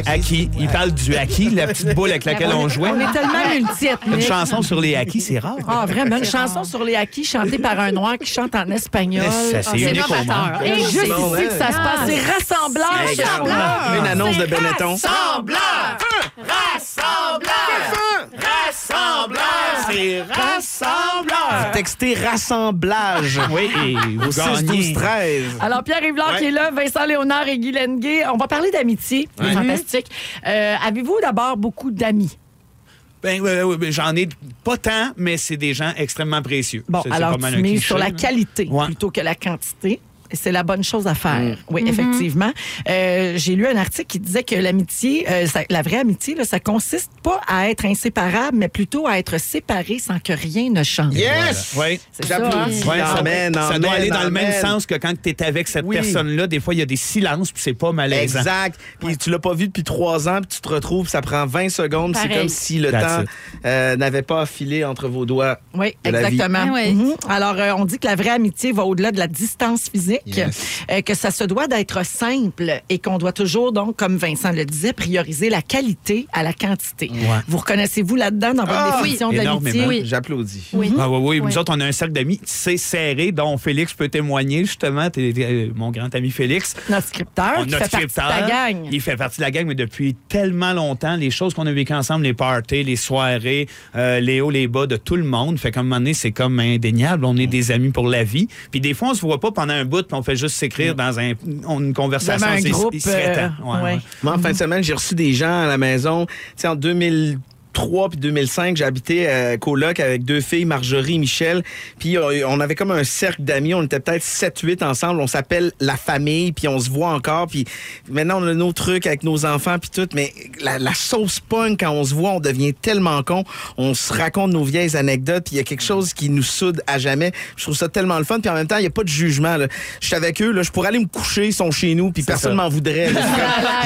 Speaker 3: Haki. Il parle du haki, la petite boule avec laquelle on jouait.
Speaker 2: On est tellement multiethniques.
Speaker 3: Une chanson sur les hakis, c'est rare.
Speaker 2: Ah, vraiment, une chanson sur les acquis chantée par un noir qui chante en espagnol.
Speaker 3: Ça,
Speaker 6: Ah,
Speaker 3: c'est unique au monde.
Speaker 6: Et
Speaker 2: Et
Speaker 6: je-
Speaker 2: juste
Speaker 1: bon,
Speaker 2: ici
Speaker 1: hein.
Speaker 2: que ça se passe. C'est rassembleur,
Speaker 1: Hey,
Speaker 2: Charles.
Speaker 1: regarde, Une annonce de Benetton.
Speaker 2: Rassembleur!
Speaker 1: Texté rassemblage.
Speaker 3: Oui, et
Speaker 1: Au
Speaker 3: vous
Speaker 1: 6, 12,
Speaker 3: gagnez.
Speaker 1: 13.
Speaker 2: Alors, Pierre Yvelard qui est là, Vincent Léonard et Guy Lenguet. On va parler d'amitié. C'est
Speaker 3: Mhm.
Speaker 2: fantastique. Euh, Avez-vous d'abord beaucoup d'amis?
Speaker 3: Ben, oui, oui, oui, j'en ai pas tant, mais c'est des gens extrêmement précieux.
Speaker 2: Bon,
Speaker 3: C'est- c'est
Speaker 2: alors
Speaker 3: pas mal
Speaker 2: tu
Speaker 3: un
Speaker 2: mises
Speaker 3: cliché,
Speaker 2: sur la
Speaker 3: là.
Speaker 2: qualité
Speaker 3: Ouais. Mhm.
Speaker 2: plutôt que la quantité. Et C'est la bonne chose à faire. Oui, effectivement. Euh, J'ai lu un article qui disait que l'amitié, euh, ça- la vraie amitié, là, ça consiste pas à être inséparable, mais plutôt à être séparé sans que rien ne change.
Speaker 1: Yes!
Speaker 3: Oui.
Speaker 2: C'est ça,
Speaker 1: J'applaudis.
Speaker 2: hein?
Speaker 3: Ouais, ça,
Speaker 1: Amen,
Speaker 3: ça
Speaker 1: amen,
Speaker 3: doit aller dans le même
Speaker 1: amen.
Speaker 3: sens que quand tu es avec cette
Speaker 1: Oui.
Speaker 3: personne-là, des fois, il y a des silences, puis c'est pas malaisant.
Speaker 1: Exact. Puis tu l'as pas vu depuis trois ans, puis tu te retrouves, ça prend 20 secondes. C'est
Speaker 6: Pareil.
Speaker 1: comme si le
Speaker 3: That's
Speaker 1: temps
Speaker 3: it.
Speaker 1: euh, n'avait pas filé entre vos doigts.
Speaker 2: Oui,
Speaker 1: de la vie.
Speaker 2: exactement.
Speaker 6: Ah ouais.
Speaker 2: Mhm. Alors, euh, on dit que la vraie amitié va au-delà de la distance physique, euh, que ça se doit d'être simple et qu'on doit toujours, donc, comme Vincent le disait, prioriser la qualité à la quantité. Vous reconnaissez-vous là-dedans dans votre
Speaker 1: Ah,
Speaker 2: définition de l'amitié?
Speaker 3: énormément.
Speaker 6: Oui.
Speaker 1: J'applaudis.
Speaker 3: Ah oui, oui.
Speaker 6: Oui.
Speaker 3: Nous autres, on a un cercle d'amis, c'est serré, dont Félix peut témoigner, justement. T'es- t'es, euh, mon grand ami Félix.
Speaker 2: Notre scripteur
Speaker 3: On
Speaker 2: qui
Speaker 3: a
Speaker 2: fait partie de ta
Speaker 3: scripteur.
Speaker 2: gang.
Speaker 3: Il fait partie de la gang, mais depuis tellement longtemps, les choses qu'on a vécues ensemble, les parties, les soirées, euh, les hauts, les bas de tout le monde. Fait qu'à un moment donné, c'est comme indéniable. On est des amis pour la vie. Puis des fois, on se voit pas pendant un bout, puis on fait juste s'écrire dans un, on- une conversation.
Speaker 2: Devant un
Speaker 3: C'est-
Speaker 2: groupe,
Speaker 3: il serait
Speaker 2: euh,
Speaker 3: temps. Ouais,
Speaker 2: ouais.
Speaker 3: ouais.
Speaker 1: Moi, en fin de semaine, j'ai reçu des gens à la maison. Tu sais, en 2003 puis 2005, j'ai habité à coloc avec deux filles, Marjorie et Michel. Puis euh, on avait comme un cercle d'amis. On était peut-être 7-8 ensemble. On s'appelle la famille, puis on se voit encore. Puis maintenant, on a nos trucs avec nos enfants, puis tout. Mais la, la sauce pogne quand on se voit. On devient tellement con. On se raconte nos vieilles anecdotes. Puis il y a quelque chose qui nous soude à jamais. Je trouve ça tellement le fun. Puis en même temps, il n'y a pas de jugement. là. Je suis avec eux. Là, je pourrais aller me coucher. Ils sont chez nous, puis personne m'en voudrait. là.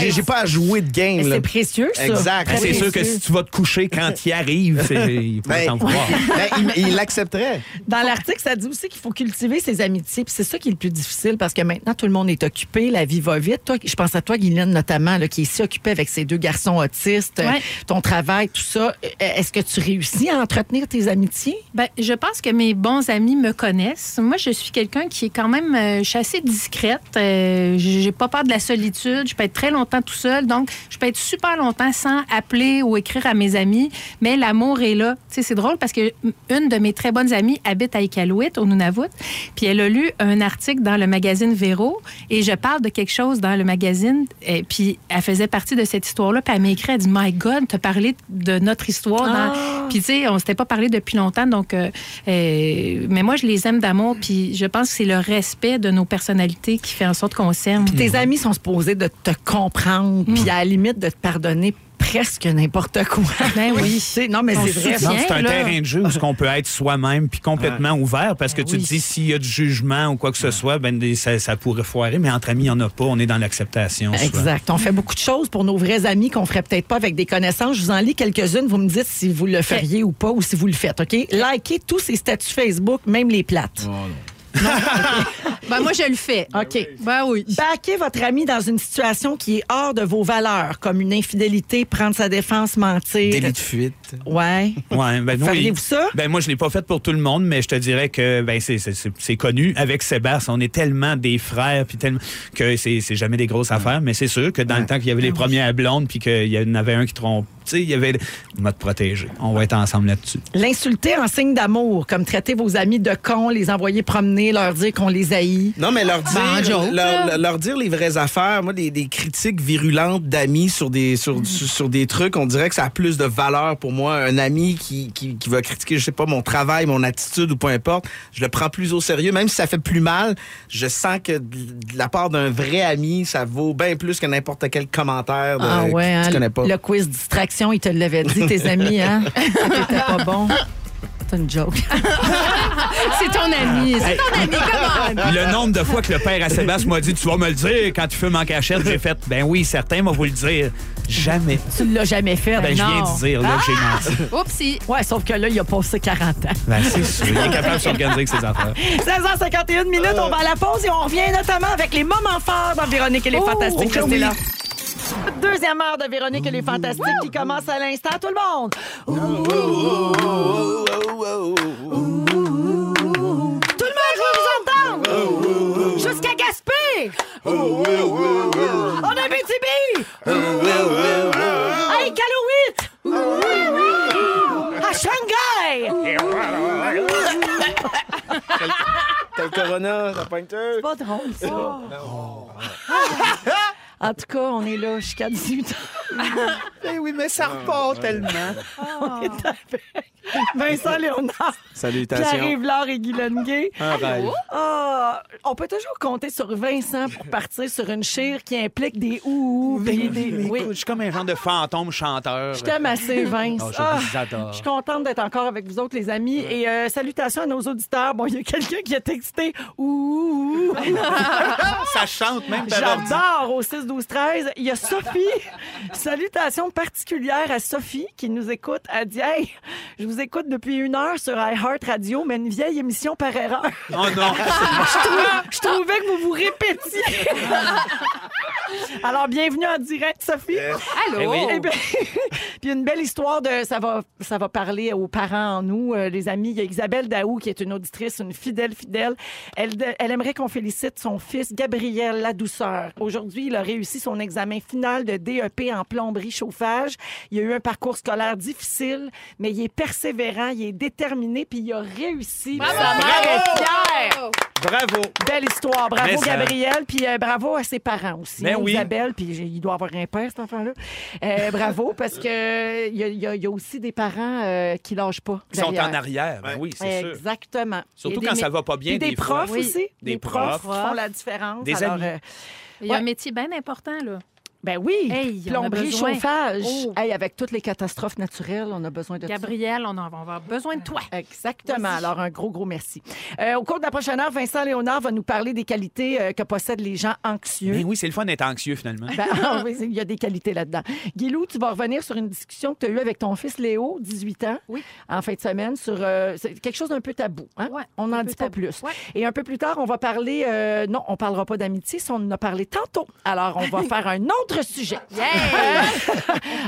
Speaker 1: J'ai j'ai pas à jouer de
Speaker 2: Ah, Mais
Speaker 1: game. là.
Speaker 2: C'est précieux, ça.
Speaker 1: Exact.
Speaker 2: Très
Speaker 3: Ben, C'est
Speaker 2: précieux.
Speaker 3: sûr que si tu vas te coucher quand il arrive, c'est- il peut
Speaker 1: Ben,
Speaker 3: t'en vouloir.
Speaker 1: ben, il, il l'accepterait.
Speaker 2: Dans l'article, ça dit aussi qu'il faut cultiver ses amitiés. Puis c'est ça qui est le plus difficile parce que maintenant, tout le monde est occupé, la vie va vite. Toi, je pense à toi, Guylaine, notamment, là, qui est si occupée avec ces deux garçons autistes,
Speaker 6: Ouais.
Speaker 2: euh, ton travail, tout ça. Euh, Est-ce que tu réussis à entretenir tes amitiés?
Speaker 6: Ben,
Speaker 4: Je pense que mes bons amis me connaissent. Moi, je suis quelqu'un qui est quand même, euh, je suis assez discrète. Euh, j'ai pas peur de la solitude. Je peux être très longtemps tout seul. Donc, je peux être super longtemps sans appeler ou écrire à mes amis. Mais l'amour est là. Tu sais, c'est drôle parce que une de mes très bonnes amies habite à Iqaluit, au Nunavut. Puis elle a lu un article dans le magazine Véro et je parle de quelque chose dans le magazine. Et puis elle faisait partie de cette histoire-là. Puis elle m'a écrit, elle dit My God, t'as parlé de notre histoire. dans- Puis tu sais, on s'était pas parlé depuis longtemps. Donc, euh, euh, mais moi, je les aime d'amour. Puis je pense que c'est le respect de nos personnalités qui fait en sorte qu'on s'aime.
Speaker 2: Puis tes amis sont supposés de te comprendre,
Speaker 4: Mm.
Speaker 2: puis à la limite de te pardonner presque n'importe quoi.
Speaker 4: Ben oui.
Speaker 2: Tu sais, non, mais
Speaker 4: On
Speaker 2: c'est
Speaker 4: se
Speaker 2: vrai.
Speaker 4: soutient.
Speaker 3: Non, c'est un
Speaker 4: là.
Speaker 3: terrain de jeu où ce qu'on peut être soi-même puis complètement ouvert parce que tu
Speaker 2: Ah oui.
Speaker 3: te dis s'il y a du jugement ou quoi que ce soit, ben des- ça, ça pourrait foirer, mais entre amis, il n'y en a pas. On est dans l'acceptation. souvent.
Speaker 2: Exact. On fait beaucoup de choses pour nos vrais amis qu'on ferait peut-être pas avec des connaissances. Je vous en lis quelques-unes. Vous me dites si vous le feriez ou pas ou si vous le faites. OK? Likez tous ces statuts Facebook, même les plates.
Speaker 6: ben, moi, je le fais.
Speaker 2: Ah, OK.
Speaker 6: Ben oui.
Speaker 2: Baquez votre ami dans une situation qui est hors de vos valeurs, comme une infidélité, prendre sa défense, mentir.
Speaker 1: Délit de fuite.
Speaker 2: Ouais.
Speaker 3: Ouais, ben, nous,
Speaker 2: Feriez-vous
Speaker 3: il-
Speaker 2: ça?
Speaker 3: Ben, moi, je ne l'ai pas fait pour tout le monde, mais je te dirais que ben, c'est- c'est- c'est c'est connu. Avec Sébastien, on est tellement des frères puis tellement que c'est c'est jamais des grosses affaires, mais c'est sûr que dans le temps qu'il y avait
Speaker 2: Ah
Speaker 3: les premières blondes puis qu'il y en avait un qui trompe, tu sais, il y avait. On va te protéger. On va être ensemble là-dessus.
Speaker 2: L'insulter en signe d'amour, comme traiter vos amis de cons, les envoyer promener, leur dire qu'on les haït.
Speaker 1: Non, mais leur dire,
Speaker 6: Ben, joke,
Speaker 1: leur,
Speaker 6: là.
Speaker 1: leur dire les vraies affaires. Moi,
Speaker 2: Mm.
Speaker 1: des, des critiques virulentes d'amis sur des, sur, sur- sur des trucs, on dirait que ça a plus de valeur pour moi, un ami qui, qui, qui va critiquer, je sais pas, mon travail, mon attitude ou peu importe, je le prends plus au sérieux, même si ça fait plus mal. Je sens que de de la part d'un vrai ami, ça vaut bien plus que n'importe quel commentaire de,
Speaker 2: Ah ouais,
Speaker 1: que
Speaker 2: hein,
Speaker 1: tu connais pas.
Speaker 2: le quiz distraction, il te l'avait dit, tes amis, hein? T'étais pas bon. C'est une joke.
Speaker 4: Ben,
Speaker 6: C'est ton ami. C'est ton ami. Come
Speaker 3: Le nombre de fois que le père à Sébastien m'a dit Tu vas me le dire quand tu fumes en cachette, j'ai fait Ben oui, certain, m'a vous le dire. Jamais.
Speaker 2: Tu l'as jamais fait.
Speaker 3: Ben, je viens
Speaker 6: non.
Speaker 3: de dire, là, j'ai
Speaker 2: Ah!
Speaker 3: menti.
Speaker 6: on. Oupsie.
Speaker 2: Ouais, sauf que là, il a passé 40 ans.
Speaker 3: Ben, c'est sûr. Il est capable de s'organiser avec ses affaires.
Speaker 2: 16h51 minutes, on va à la pause et on revient notamment avec les moments forts dans Véronique et les Fantastiques.
Speaker 1: ok,
Speaker 2: Restez
Speaker 1: oui.
Speaker 2: là. Deuxième heure de Véronique et les Fantastiques qui commence à l'instant. Tout le monde! Tout le monde, je veux vous entendre! Jusqu'à Gaspé! En Abitibi! À Iqaluit! À Shanghai!
Speaker 1: T'as le corona, t'as pas une tête.
Speaker 2: Pas drôle, ça. Ah. En tout cas, on est là jusqu'à 18
Speaker 3: Ben oui, mais ça repart tellement.
Speaker 2: Vincent Léonard,
Speaker 1: Salutations.
Speaker 2: Pierre-Yves Laure et Guy Lenguet.
Speaker 1: Un rêve.
Speaker 2: Ah, on peut toujours compter sur Vincent pour partir sur une chire qui implique des ouh
Speaker 3: Oui,
Speaker 2: puis des... Oui,
Speaker 3: Je suis comme un genre de fantôme chanteur.
Speaker 2: je t'aime assez, Vince.
Speaker 3: Oh, je
Speaker 2: Ah,
Speaker 3: vous adore.
Speaker 2: je suis contente d'être encore avec vous autres, les amis. Et euh, salutations à nos auditeurs. Bon, il y a quelqu'un qui a texté ouh, ouh, ouh.
Speaker 3: Ça chante même d'abord.
Speaker 2: J'adore au 6 12 13. Il y a Sophie. Salutations particulières à Sophie qui nous écoute. Elle dit Hey, je vous écoute depuis une heure sur iHeart Radio, mais une vieille émission par erreur.
Speaker 3: Oh non.
Speaker 2: je, trou- je trouvais que vous vous répétiez. Alors, bienvenue en direct, Sophie.
Speaker 6: Allô?
Speaker 3: Eh oui.
Speaker 2: Eh bien, puis une belle histoire de ça va ça va parler aux parents en nous euh, les amis, il y a Isabelle Daou qui est une auditrice, une fidèle fidèle. Elle de- elle aimerait qu'on félicite son fils Gabriel La Douceur. Aujourd'hui, il a réussi son examen final de DEP en plomberie chauffage. Il a eu un parcours scolaire difficile, mais il est persévérant, il est déterminé puis il a réussi. Sa mère est fière.
Speaker 3: Bravo.
Speaker 2: Belle histoire. Bravo,
Speaker 3: Mais ça-
Speaker 2: Gabriel. Puis euh, bravo à ses parents aussi.
Speaker 3: Ben oui.
Speaker 2: Isabelle, puis j'ai- il doit avoir un père, cet enfant-là. Euh, bravo, parce que il y, a- il y a- il y a aussi des parents euh, qui lâchent pas.
Speaker 3: Ils sont en
Speaker 2: derrière.
Speaker 3: arrière. Ben oui, c'est sûr.
Speaker 2: Exactement.
Speaker 3: Surtout
Speaker 2: Et des
Speaker 3: quand
Speaker 2: mé-
Speaker 3: ça va pas bien.
Speaker 2: Puis des,
Speaker 3: des fois.
Speaker 2: profs
Speaker 6: Oui.
Speaker 2: aussi.
Speaker 3: Des
Speaker 2: Des profs,
Speaker 3: profs.
Speaker 2: qui font la différence.
Speaker 3: Des
Speaker 2: Alors,
Speaker 3: amis.
Speaker 2: euh,
Speaker 4: Il y a
Speaker 2: Ouais.
Speaker 4: un métier bien important, là.
Speaker 2: ben oui,
Speaker 4: Hey, on a
Speaker 2: plomberie,
Speaker 4: besoin.
Speaker 2: chauffage.
Speaker 4: Oh.
Speaker 2: Hey, avec toutes les catastrophes naturelles, on a besoin de tout ça.
Speaker 4: Gabriel, on, en- on va avoir besoin de toi.
Speaker 2: Exactement.
Speaker 4: Vas-y.
Speaker 2: Alors, un gros, gros merci. Euh, au cours de la prochaine heure, Vincent Léonard va nous parler des qualités euh, que possèdent les gens anxieux.
Speaker 3: Mais Ben oui, c'est le fun d'être anxieux finalement.
Speaker 2: Ben, ah oui, il y a des qualités là-dedans. Guilou, tu vas revenir sur une discussion que tu as eue avec ton fils Léo, 18 ans,
Speaker 4: Oui.
Speaker 2: en fin de semaine, sur euh, c'est quelque chose d'un peu tabou. hein?
Speaker 4: Ouais,
Speaker 2: on
Speaker 4: un
Speaker 2: n'en
Speaker 4: peu
Speaker 2: dit pas
Speaker 4: tabou.
Speaker 2: plus.
Speaker 4: Ouais.
Speaker 2: Et un peu plus tard, on va parler... euh, non, on parlera pas d'amitié, ça, on en a parlé tantôt. Alors, on va faire un autre sujet.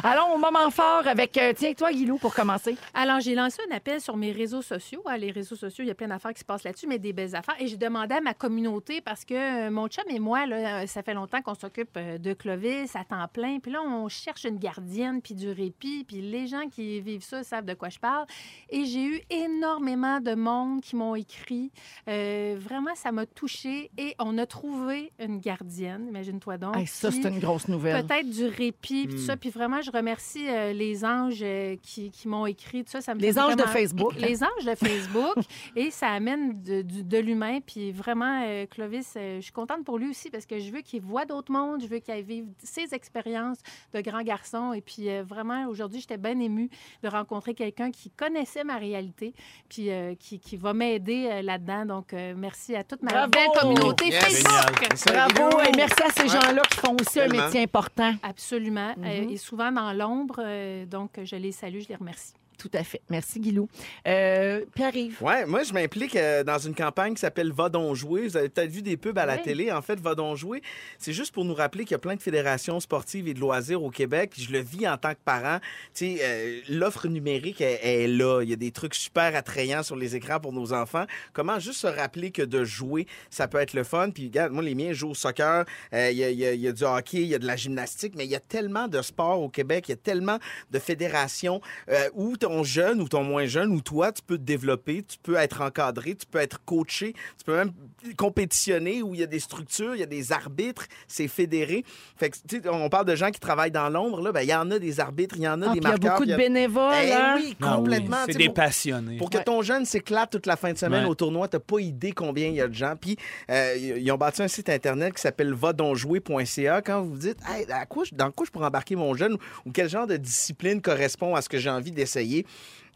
Speaker 2: Allons au moment fort avec... euh, Tiens-toi, Guilou, pour commencer.
Speaker 4: Alors, j'ai lancé un appel sur mes réseaux sociaux. Ah, les réseaux sociaux, il y a plein d'affaires qui se passent là-dessus, mais des belles affaires. Et j'ai demandé à ma communauté parce que euh, mon chum et moi, là, euh, ça fait longtemps qu'on s'occupe euh, de Clovis à temps plein. Puis là, on cherche une gardienne, puis du répit. Puis les gens qui vivent ça savent de quoi je parle. Et j'ai eu énormément de monde qui m'ont écrit. Euh, vraiment, ça m'a touchée. Et on a trouvé une gardienne, imagine-toi donc.
Speaker 2: Hey, ça,
Speaker 4: qui-
Speaker 2: c'est une grosse nouvelle.
Speaker 4: Peut-être du répit, puis tout ça. Puis vraiment, je remercie euh, les anges euh, qui, qui m'ont écrit, tout ça. ça me
Speaker 2: Les
Speaker 4: fait
Speaker 2: anges de
Speaker 4: vraiment-
Speaker 2: Facebook.
Speaker 4: Les anges de Facebook. et ça amène de, du- de l'humain. Puis vraiment, euh, Clovis, euh, je suis contente pour lui aussi parce que je veux qu'il voit d'autres mondes. Je veux qu'il aille vivre ses expériences de grand garçon. Et puis euh, vraiment, aujourd'hui, j'étais bien émue de rencontrer quelqu'un qui connaissait ma réalité, puis euh, qui, qui va m'aider euh, là-dedans. Donc, euh, merci à toute ma
Speaker 2: Bravo!
Speaker 4: belle communauté
Speaker 1: Yes!
Speaker 4: Facebook.
Speaker 2: Bravo et merci à ces
Speaker 1: Ouais.
Speaker 2: gens-là qui font aussi un
Speaker 1: Tellement.
Speaker 2: métier important.
Speaker 4: Absolument. Euh,
Speaker 2: Mhm.
Speaker 4: et souvent dans l'ombre. euh, donc, je les salue, je les remercie.
Speaker 2: Tout à fait. Merci, Guilou. Euh, Pierre-Yves.
Speaker 1: Ouais, moi je m'implique euh, dans une campagne qui s'appelle Va donc jouer. Vous avez peut-être vu des pubs à la
Speaker 4: Oui.
Speaker 1: télé. En fait, Va donc jouer, c'est juste pour nous rappeler qu'il y a plein de fédérations sportives et de loisirs au Québec. Puis je le vis en tant que parent. Tu sais, euh, l'offre numérique elle- elle est là. Il y a des trucs super attrayants sur les écrans pour nos enfants. Comment juste se rappeler que de jouer, ça peut être le fun. Puis regarde, moi les miens jouent au soccer. Euh, Il y, a- il y a- il y a du hockey, il y a de la gymnastique, mais il y a tellement de sports au Québec. Il y a tellement de fédérations euh, où t- ton jeune ou ton moins jeune ou toi, tu peux te développer, tu peux être encadré, tu peux être coaché, tu peux même compétitionner où il y a des structures, il y a des arbitres, c'est fédéré. Fait que, tu sais, on parle de gens qui travaillent dans l'ombre, là, ben, il y en a des arbitres, il y en a
Speaker 2: Ah,
Speaker 1: des
Speaker 2: puis il y a
Speaker 1: marqueurs.
Speaker 2: beaucoup
Speaker 1: puis il
Speaker 2: de
Speaker 1: y a-
Speaker 2: bénévoles.
Speaker 1: Eh
Speaker 2: hein?
Speaker 1: oui, complètement.
Speaker 3: Ah oui,
Speaker 1: tu sais,
Speaker 3: C'est des
Speaker 1: pour-
Speaker 3: passionnés.
Speaker 1: pour que ton jeune s'éclate toute la fin de semaine
Speaker 3: Ouais.
Speaker 1: au tournoi, t'as pas idée combien il y a de gens. Puis euh, ils ont bâti un site internet qui s'appelle vadonjouer.ca. Quand vous vous dites, Hey, à quoi je- dans quoi je pourrais embarquer mon jeune ou quel genre de discipline correspond à ce que j'ai envie d'essayer.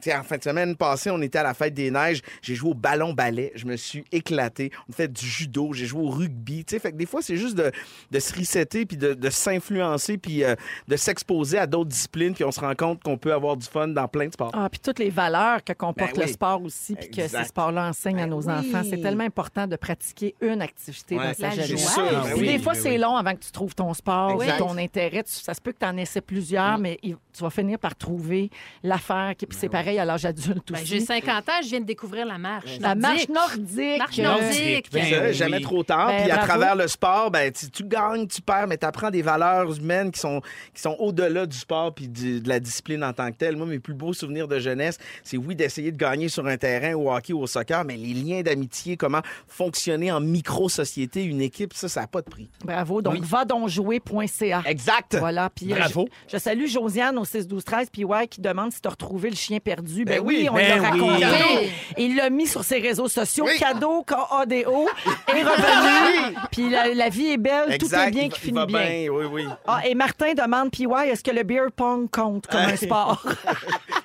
Speaker 1: Tu sais, en fin de semaine passée, on était à la fête des neiges. J'ai joué au ballon ballet. Je me suis éclaté. On fait du judo. J'ai joué au rugby. Tu sais, fait que des fois, c'est juste de, de se resetter puis de, de s'influencer puis euh, de s'exposer à d'autres disciplines. Puis on se rend compte qu'on peut avoir du fun dans plein de sports.
Speaker 2: Ah, puis toutes les valeurs que comporte
Speaker 1: Ben oui.
Speaker 2: le sport aussi, puis que
Speaker 1: Exact.
Speaker 2: ces sports-là enseignent à
Speaker 1: Ben
Speaker 2: nos
Speaker 1: oui.
Speaker 2: enfants. C'est tellement important de pratiquer une activité
Speaker 1: Ouais.
Speaker 2: dans sa
Speaker 4: La
Speaker 2: jeunesse. Ah
Speaker 4: joie.
Speaker 1: sûr, ben
Speaker 2: Puis
Speaker 1: oui,
Speaker 2: des fois,
Speaker 1: ben
Speaker 2: c'est
Speaker 1: oui.
Speaker 2: long avant que tu trouves ton sport ou
Speaker 1: Exact.
Speaker 2: ton intérêt. Tu- ça se peut que tu en essaies plusieurs,
Speaker 1: Mm.
Speaker 2: mais il- tu vas finir par trouver l'affaire. qui- Puis c'est pareil à l'âge adulte
Speaker 4: Ben,
Speaker 2: aussi.
Speaker 4: J'ai 50 ans, je viens de découvrir la marche.
Speaker 2: la marche
Speaker 4: nordique.
Speaker 2: nordique.
Speaker 4: Marche
Speaker 2: euh,
Speaker 4: nordique.
Speaker 3: Ben
Speaker 1: Ça,
Speaker 3: oui.
Speaker 1: Jamais trop tard.
Speaker 2: Ben,
Speaker 1: puis à
Speaker 2: bravo.
Speaker 1: travers le sport, ben, tu, tu gagnes, tu perds, mais tu apprends des valeurs humaines qui sont, qui sont au-delà du sport puis du- de la discipline en tant que telle. Moi, mes plus beaux souvenirs de jeunesse, c'est oui, d'essayer de gagner sur un terrain au hockey ou au soccer, mais les liens d'amitié, comment fonctionner en micro-société, une équipe, ça, ça n'a pas de prix.
Speaker 2: euh, Bravo. Donc, va donc jouer.ca.
Speaker 1: Exact.
Speaker 2: Voilà. Puis, euh,
Speaker 3: Bravo.
Speaker 2: Je, je salue Josiane au 6 12 13 puis ouais qui demande si tu as retrouvé le chien perdu. Ben,
Speaker 1: Ben
Speaker 2: oui,
Speaker 1: oui,
Speaker 2: on
Speaker 3: ben
Speaker 2: l'a
Speaker 3: oui.
Speaker 2: raconté.
Speaker 4: Oui.
Speaker 2: Et il l'a mis sur ses réseaux sociaux.
Speaker 1: Oui.
Speaker 2: Cadeau KADO est revenu. puis la, la vie est belle, tout est bien
Speaker 1: il va- il
Speaker 2: qui finit
Speaker 1: va
Speaker 2: bien.
Speaker 1: oui, oui. Moi,
Speaker 2: Ah, et Martin demande puis ouais, est-ce que le beer pong compte comme un sport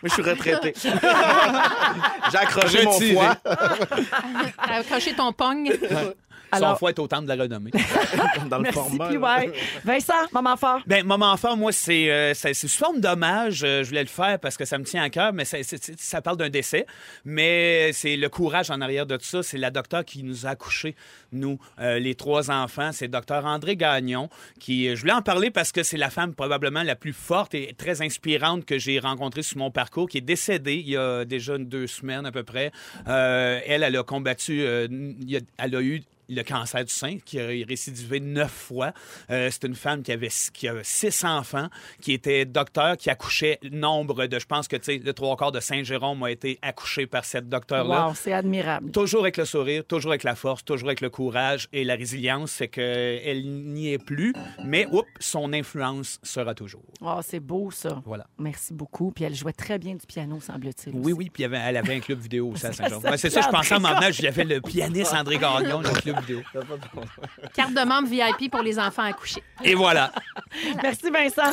Speaker 1: je suis retraité. J'ai accroché mon
Speaker 3: Retiré.
Speaker 1: foie.
Speaker 4: Accrocher ton pong.
Speaker 3: Son
Speaker 2: Alors-
Speaker 3: foie est au temple de la renommée.
Speaker 1: Dans le
Speaker 2: Merci
Speaker 1: format.
Speaker 2: puis
Speaker 1: là.
Speaker 2: ouais. Vincent, maman fort.
Speaker 3: Ben, moment fort, moi, c'est euh, c'est c'est sous forme d'hommage. Euh, je voulais le faire parce que ça me tient à cœur, mais ça, c'est- c'est- ça parle d'un décès. Mais c'est le courage en arrière de tout ça. C'est la docteur qui nous a accouchés, nous, euh, les trois enfants. C'est docteur André Gagnon qui... euh, Je voulais en parler parce que c'est la femme probablement la plus forte et très inspirante que j'ai rencontrée sur mon parcours, qui est décédée il y a déjà une- deux semaines à peu près. Euh, elle, elle a combattu... euh, il y a- elle a eu le cancer du sein, qui a récidivé neuf fois. Euh, c'est une femme qui avait qui a six enfants, qui était docteur, qui accouchait nombre de, je pense que tu sais, le trois quarts de Saint-Jérôme a été accouché par cette docteur-là.
Speaker 2: Wow, c'est admirable.
Speaker 3: Toujours avec le sourire, toujours avec la force, toujours avec le courage et la résilience, c'est qu'elle n'y est plus, mais oups, son influence sera toujours.
Speaker 2: Oh, c'est beau ça.
Speaker 3: Voilà.
Speaker 2: Merci beaucoup. Puis elle jouait très bien du piano, semble-t-il.
Speaker 3: Oui,
Speaker 2: aussi.
Speaker 3: oui, puis il y avait- elle avait un club vidéo aussi à Saint-Jérôme.
Speaker 2: Ça,
Speaker 3: Ouais, c'est ça, je
Speaker 2: André
Speaker 3: pensais en m'en venant, j'avais le pianiste André Gagnon, le club vidéo.
Speaker 4: Carte de membre VIP pour les enfants à coucher.
Speaker 3: Et voilà.
Speaker 2: Merci Vincent.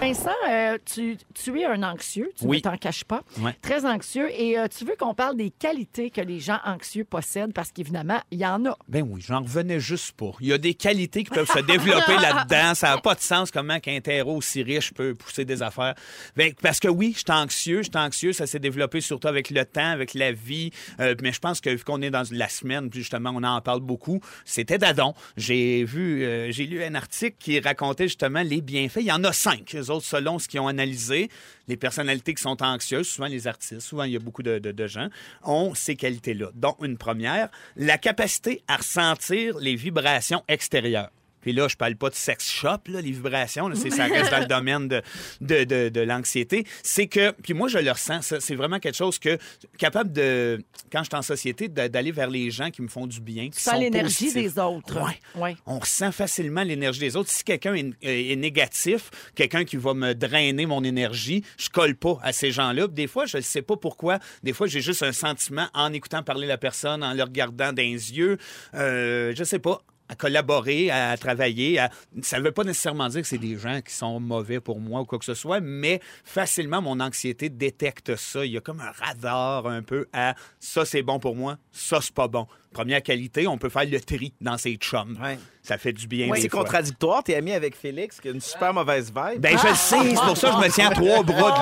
Speaker 2: Vincent, euh, tu, tu es un anxieux, tu
Speaker 3: Oui.
Speaker 2: ne t'en caches pas.
Speaker 3: Ouais.
Speaker 2: Très anxieux. Et euh, tu veux qu'on parle des qualités que les gens anxieux possèdent parce qu'évidemment, il y en a.
Speaker 3: Ben oui, j'en revenais juste pour. Il y a des qualités qui peuvent se développer là-dedans. Ça n'a pas de sens comment qu'un terreau aussi riche peut pousser des affaires. Ben, parce que oui, je suis anxieux, je suis anxieux. Ça s'est développé surtout avec le temps, avec la vie. Euh, mais je pense que vu qu'on est dans la semaine, puis justement, on en parle beaucoup, c'était d'adon. J'ai vu, euh, j'ai lu un article qui racontait justement les bienfaits. Il y en a cinq, eux autres, selon ce qu'ils ont analysé. Les personnalités qui sont anxieuses, souvent les artistes, souvent il y a beaucoup de, de- de gens, ont ces qualités-là. Dont une première, la capacité à ressentir les vibrations extérieures. Puis là, je parle pas de sex shop, là, les vibrations, là, c'est, ça reste dans le domaine de, de, de- de l'anxiété. C'est que, puis moi, je le ressens, ça, c'est vraiment quelque chose que, capable de, quand je suis en société, de- d'aller vers les gens qui me font du bien, qui
Speaker 2: Tu sens
Speaker 3: sont
Speaker 2: l'énergie
Speaker 3: positifs.
Speaker 2: des autres.
Speaker 3: Ouais.
Speaker 2: Ouais.
Speaker 3: On ressent facilement l'énergie des autres. Si quelqu'un est, euh, est négatif, quelqu'un qui va me drainer mon énergie, je colle pas à ces gens-là. Puis Des fois, je ne sais pas pourquoi. Des fois, j'ai juste un sentiment en écoutant parler la personne, en le regardant dans les yeux. Euh, je sais pas à collaborer, à travailler. à- Ça ne veut pas nécessairement dire que c'est des gens qui sont mauvais pour moi ou quoi que ce soit, mais facilement, mon anxiété détecte ça. Il y a comme un radar un peu à ça, c'est bon pour moi, ça, c'est pas bon. Première qualité, on peut faire le tri dans ses chums.
Speaker 1: Ouais.
Speaker 3: Ça fait du bien.
Speaker 1: Ouais,
Speaker 3: des
Speaker 1: c'est
Speaker 3: fois.
Speaker 1: contradictoire. T'es ami avec Félix, qui a une super mauvaise vibe.
Speaker 3: Ben, je le sais, c'est pour ça que je me tiens à trois bras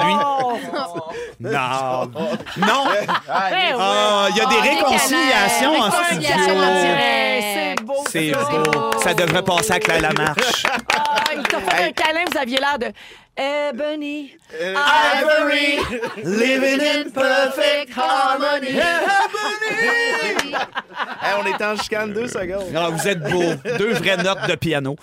Speaker 2: Oh!
Speaker 3: de lui. Non. Non.
Speaker 4: Ben
Speaker 3: Ah, Il y a des
Speaker 4: Ah,
Speaker 3: réconciliations en
Speaker 4: décalage. Réconciliation en
Speaker 3: studio.
Speaker 4: direct.
Speaker 2: Hey, c'est beau.
Speaker 3: C'est
Speaker 2: ça.
Speaker 3: beau. Ça devrait passer à Claire Lamarche.
Speaker 2: Ah, il t'a fait un câlin, vous aviez l'air de Eh, Ebony.
Speaker 3: Euh,
Speaker 1: Ivory, living in perfect
Speaker 4: harmony.
Speaker 1: Hey, on est en chicane deux secondes.
Speaker 3: Ah, vous êtes beaux. Deux vraies notes de piano.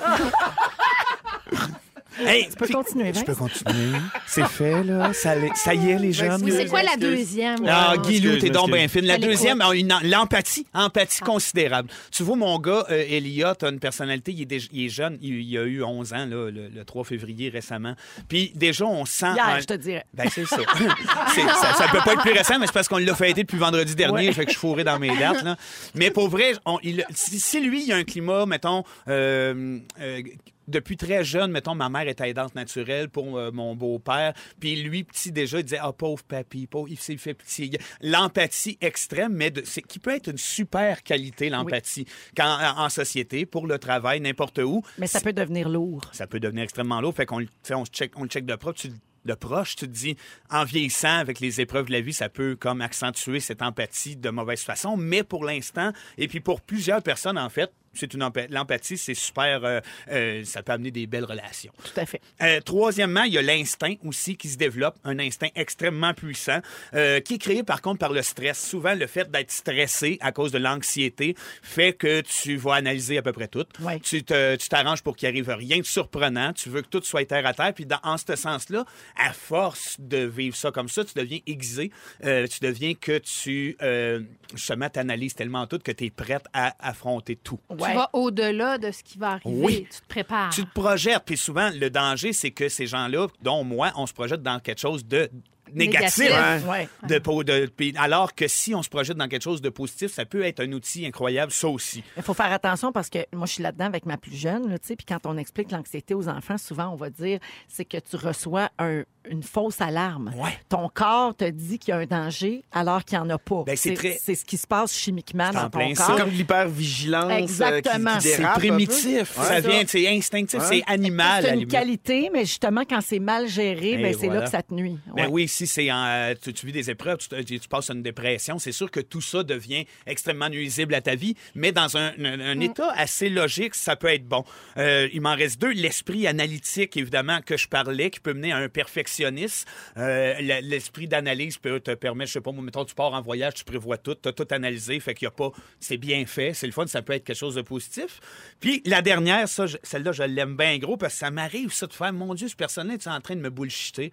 Speaker 3: Hey,
Speaker 2: Tu peux
Speaker 3: puis-
Speaker 2: continuer,
Speaker 3: Je
Speaker 2: Vince?
Speaker 3: peux continuer. C'est fait, là. Ça, l'est- ça y est, les jeunes.
Speaker 6: Oui, c'est quoi la
Speaker 1: Excuse.
Speaker 6: deuxième?
Speaker 3: Ah,
Speaker 4: Euh,
Speaker 6: là?
Speaker 3: Guilou,
Speaker 1: Excuse,
Speaker 3: t'es donc
Speaker 1: m'excuse.
Speaker 3: bien fine. La
Speaker 6: Allez,
Speaker 3: deuxième, a une- l'empathie.
Speaker 2: Ah.
Speaker 3: Empathie considérable. Tu vois, mon gars, euh, Elliot, a une personnalité, il est, déj- il est jeune, il, il a eu 11 ans, là, le, le 3 février récemment. Puis déjà, on sent...
Speaker 2: Hier,
Speaker 3: un-
Speaker 2: je te dirais.
Speaker 3: Ben, c'est ça. C'est- ça. Ça peut pas être plus récent, mais c'est parce qu'on l'a fêté depuis vendredi dernier, fait que je suis fourré dans mes dates. Là. Mais pour vrai, on- il- si, si lui, il y a un climat, mettons... euh, euh, depuis très jeune, mettons, ma mère était aidante naturelle pour euh, mon beau-père. Puis lui, petit déjà, il disait Ah, pauvre papy, pauvre, il s'est fait pitié. Il y a L'empathie extrême, mais de- c'est- qui peut être une super qualité, l'empathie, quand, en, en société, pour le travail, n'importe où
Speaker 2: Mais ça peut devenir lourd.
Speaker 3: ça peut devenir extrêmement lourd. Fait qu'on le- tu sais, on se check, on le check de proche. Tu, de proche, tu te dis, en vieillissant avec les épreuves de la vie, ça peut comme accentuer cette empathie de mauvaise façon. Mais pour l'instant, et puis pour plusieurs personnes, en fait, c'est une empa- l'empathie, c'est super, euh, euh, ça peut amener des belles relations.
Speaker 2: Tout à fait.
Speaker 3: Euh, troisièmement, il y a l'instinct aussi qui se développe, un instinct extrêmement puissant, euh, qui est créé par contre par le stress. Souvent, le fait d'être stressé à cause de l'anxiété fait que tu vas analyser à peu près tout.
Speaker 2: Ouais.
Speaker 3: Tu te- tu t'arranges pour qu'il arrive rien de surprenant. Tu veux que tout soit terre à terre. Puis dans- en ce sens-là, à force de vivre ça comme ça, tu deviens aiguisé. Euh, tu deviens que tu, euh, justement, t'analyses tellement tout que tu es prête à affronter tout.
Speaker 2: Ouais.
Speaker 4: Tu vas au-delà de ce qui va arriver.
Speaker 3: Oui.
Speaker 4: Tu te prépares.
Speaker 3: Tu te projettes. Puis souvent, le danger, c'est que ces gens-là, dont moi, on se projette dans quelque chose de négatif.
Speaker 6: Négatif.
Speaker 1: Ouais.
Speaker 2: Ouais.
Speaker 3: De, po- de- puis alors que si on se projette dans quelque chose de positif, ça peut être un outil incroyable, ça aussi.
Speaker 2: Il faut faire attention parce que moi, je suis là-dedans avec ma plus jeune. là, tu sais, Puis quand on explique l'anxiété aux enfants, souvent, on va dire c'est que tu reçois un- une fausse alarme.
Speaker 3: Ouais.
Speaker 2: Ton corps te dit qu'il y a un danger alors qu'il n'y en a pas.
Speaker 3: Ben, c'est très-
Speaker 2: c'est ce qui se passe chimiquement
Speaker 3: C'est en
Speaker 2: dans ton
Speaker 3: plein ça.
Speaker 2: corps.
Speaker 1: C'est comme de l'hypervigilance. euh, qui-
Speaker 2: Exactement.
Speaker 1: qui
Speaker 2: C'est
Speaker 1: dérape un peu. Ouais.
Speaker 3: ça vient, c'est instinctif,
Speaker 1: Ouais.
Speaker 3: c'est animal. à
Speaker 2: C'est
Speaker 3: la
Speaker 2: une
Speaker 3: limite.
Speaker 2: qualité, mais justement, quand c'est mal géré,
Speaker 3: Et
Speaker 2: ben, c'est
Speaker 3: Eh, voilà.
Speaker 2: là que ça te nuit.
Speaker 3: Ben
Speaker 2: Ouais.
Speaker 3: oui, si c'est en, euh, tu, tu vis des épreuves, tu, te- tu passes une dépression, c'est sûr que tout ça devient extrêmement nuisible à ta vie, mais dans un, un- un état assez logique, ça peut être bon. Euh, il m'en reste deux. L'esprit analytique, évidemment, que je parlais, qui peut mener à un perfectionniste. Euh, la- l'esprit d'analyse peut te permettre, je sais pas, moi, mettons, tu pars en voyage, tu prévois tout, tu as tout analysé, fait qu'il y a pas, c'est bien fait, c'est le fun, ça peut être quelque chose de positif. Puis la dernière, ça, je- celle-là, je l'aime bien gros parce que ça m'arrive, ça, de faire, mon Dieu, ce personnage est en train de me bullshiter.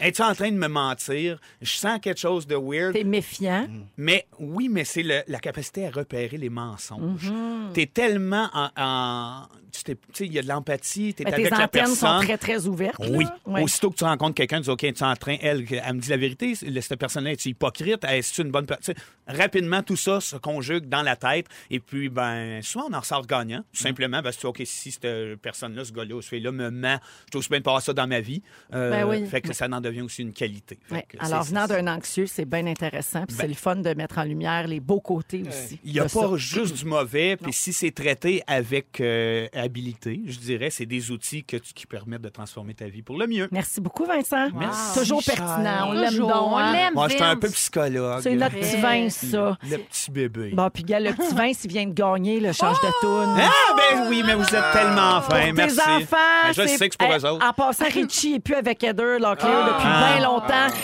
Speaker 3: Es-tu en train de me mentir? Je sens quelque chose de weird.
Speaker 2: T'es méfiant.
Speaker 3: Mmh. Mais oui, mais c'est le- la capacité à repérer les mensonges.
Speaker 2: Mhm.
Speaker 3: T'es tellement en. en- tu t'es- tu sais, il y a de l'empathie, t'es
Speaker 2: Mais
Speaker 3: avec
Speaker 2: tes
Speaker 3: la
Speaker 2: antennes sont
Speaker 3: personne.
Speaker 2: très, très ouvertes.
Speaker 3: Oui.
Speaker 2: là. Ouais.
Speaker 3: Aussitôt que tu rencontres quelqu'un, tu dis OK, tu es en train, elle, elle me dit la vérité, le- cette personne-là, est hypocrite? Est-ce une bonne personne? Rapidement, tout ça se conjugue dans la tête. Et puis, ben, soit on en sort gagnant,
Speaker 2: Mm-hmm.
Speaker 3: tout simplement, parce que OK, si cette personne-là, ce gars-là, ou ce là me ment, je trouve bien de passer ça dans ma vie. Euh,
Speaker 4: Ben oui.
Speaker 3: Fait que ça en devient aussi une qualité. Fait
Speaker 2: Ouais.
Speaker 3: que c'est-
Speaker 2: Alors,
Speaker 3: c'est- Ben
Speaker 2: venant d'un anxieux, c'est bien intéressant. Puis c'est le fun de mettre en lumière les beaux côtés aussi.
Speaker 3: Euh, Il n'y a
Speaker 2: de
Speaker 3: pas
Speaker 2: ça.
Speaker 3: juste du mauvais, puis si c'est traité avec euh, habilité, je dirais, c'est des outils que tu- qui permettent de transformer ta vie pour le mieux.
Speaker 2: Merci beaucoup, Vincent.
Speaker 3: Merci,
Speaker 2: Toujours
Speaker 3: chère.
Speaker 2: pertinent. On l'aime
Speaker 4: Toujours,
Speaker 2: donc.
Speaker 4: on
Speaker 2: hein?
Speaker 4: l'aime,
Speaker 3: Moi, j'étais un
Speaker 4: Vince.
Speaker 3: peu psychologue.
Speaker 2: C'est notre petit vin, ça.
Speaker 3: Le petit bébé.
Speaker 2: Bon, puis, gars, le petit Vince, il vient de gagner le change
Speaker 4: Oh!
Speaker 2: de toune.
Speaker 3: Ah, ben oui, mais vous êtes tellement
Speaker 2: Pour
Speaker 3: fin.
Speaker 2: tes
Speaker 3: Merci.
Speaker 2: enfants.
Speaker 3: Ben, je sais que c'est pour
Speaker 2: Eh,
Speaker 3: eux autres.
Speaker 2: En passant, Richie est plus avec Heather Locklear depuis
Speaker 3: Ah.
Speaker 2: bien longtemps.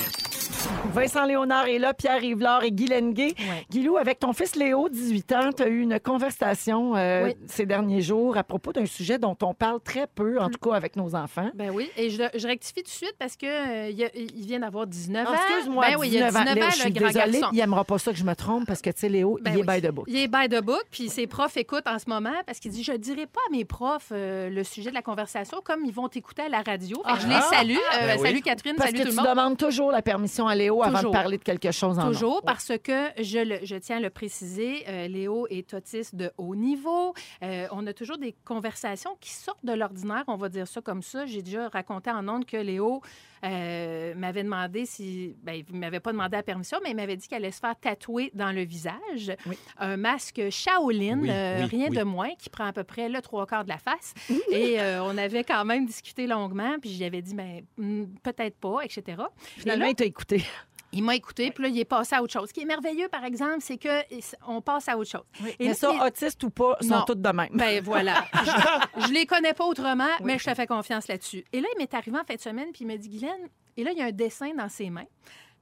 Speaker 2: Vincent Léonard est là, Pierre Yvelard et Guy Lenguet. Guilou, avec ton fils Léo, 18 ans, tu as eu une conversation euh,
Speaker 4: Oui.
Speaker 2: ces derniers jours à propos d'un sujet dont on parle très peu,
Speaker 4: Mm.
Speaker 2: en tout cas avec nos enfants.
Speaker 4: Ben oui, et je, je rectifie tout de suite parce que euh, il, y a- il vient d'avoir 19 ans.
Speaker 2: Ah, Excuse-moi,
Speaker 4: ben oui, il y a 19 ans,
Speaker 2: Léo,
Speaker 4: le
Speaker 2: je suis
Speaker 4: grand
Speaker 2: désolée,
Speaker 4: garçon.
Speaker 2: il n'aimera pas ça que je me trompe parce que, tu sais, Léo,
Speaker 4: Ben
Speaker 2: il est
Speaker 4: oui.
Speaker 2: by the book.
Speaker 4: Il est by the book, puis ses profs écoutent en ce moment parce qu'il dit Je ne dirai pas à mes profs euh, le sujet de la conversation comme ils vont t'écouter à la radio. Fait que je les salue. Euh,
Speaker 3: Ben oui.
Speaker 4: Salut Catherine,
Speaker 2: Parce
Speaker 4: salut
Speaker 2: que
Speaker 4: tout
Speaker 2: tu
Speaker 4: le monde.
Speaker 2: demandes toujours la permission à Léo avant de
Speaker 4: Toujours.
Speaker 2: parler de quelque chose en
Speaker 4: Toujours,
Speaker 2: ondes.
Speaker 4: parce que je, le- je tiens à le préciser, euh, Léo est autiste de haut niveau. Euh, on a toujours des conversations qui sortent de l'ordinaire, on va dire ça comme ça. J'ai déjà raconté en ondes que Léo euh, m'avait demandé si... Ben, il ne m'avait pas demandé la permission, mais il m'avait dit qu'elle allait se faire tatouer dans le visage
Speaker 2: Oui.
Speaker 4: un masque Shaolin,
Speaker 3: Oui,
Speaker 4: euh,
Speaker 3: oui,
Speaker 4: rien
Speaker 3: oui.
Speaker 4: de moins, qui prend à peu près le trois quarts de la face. Et euh, on avait quand même discuté longuement, puis j'avais dit, ben, hmm, peut-être pas, etc. Et là,
Speaker 2: Finalement, il t'a écouté.
Speaker 4: il m'a écouté, puis là, il est passé à autre chose. Ce qui est merveilleux, par exemple, c'est que on passe à autre chose.
Speaker 2: Mais
Speaker 4: là,
Speaker 2: ça,
Speaker 4: il-
Speaker 2: autistes ou pas, sont
Speaker 4: Non.
Speaker 2: toutes de même.
Speaker 4: ben voilà. je, je les connais pas autrement, mais je te fais confiance là-dessus. Et là, il m'est arrivé en fin de semaine, puis il me dit, Guylaine, et là, il y a un dessin dans ses mains.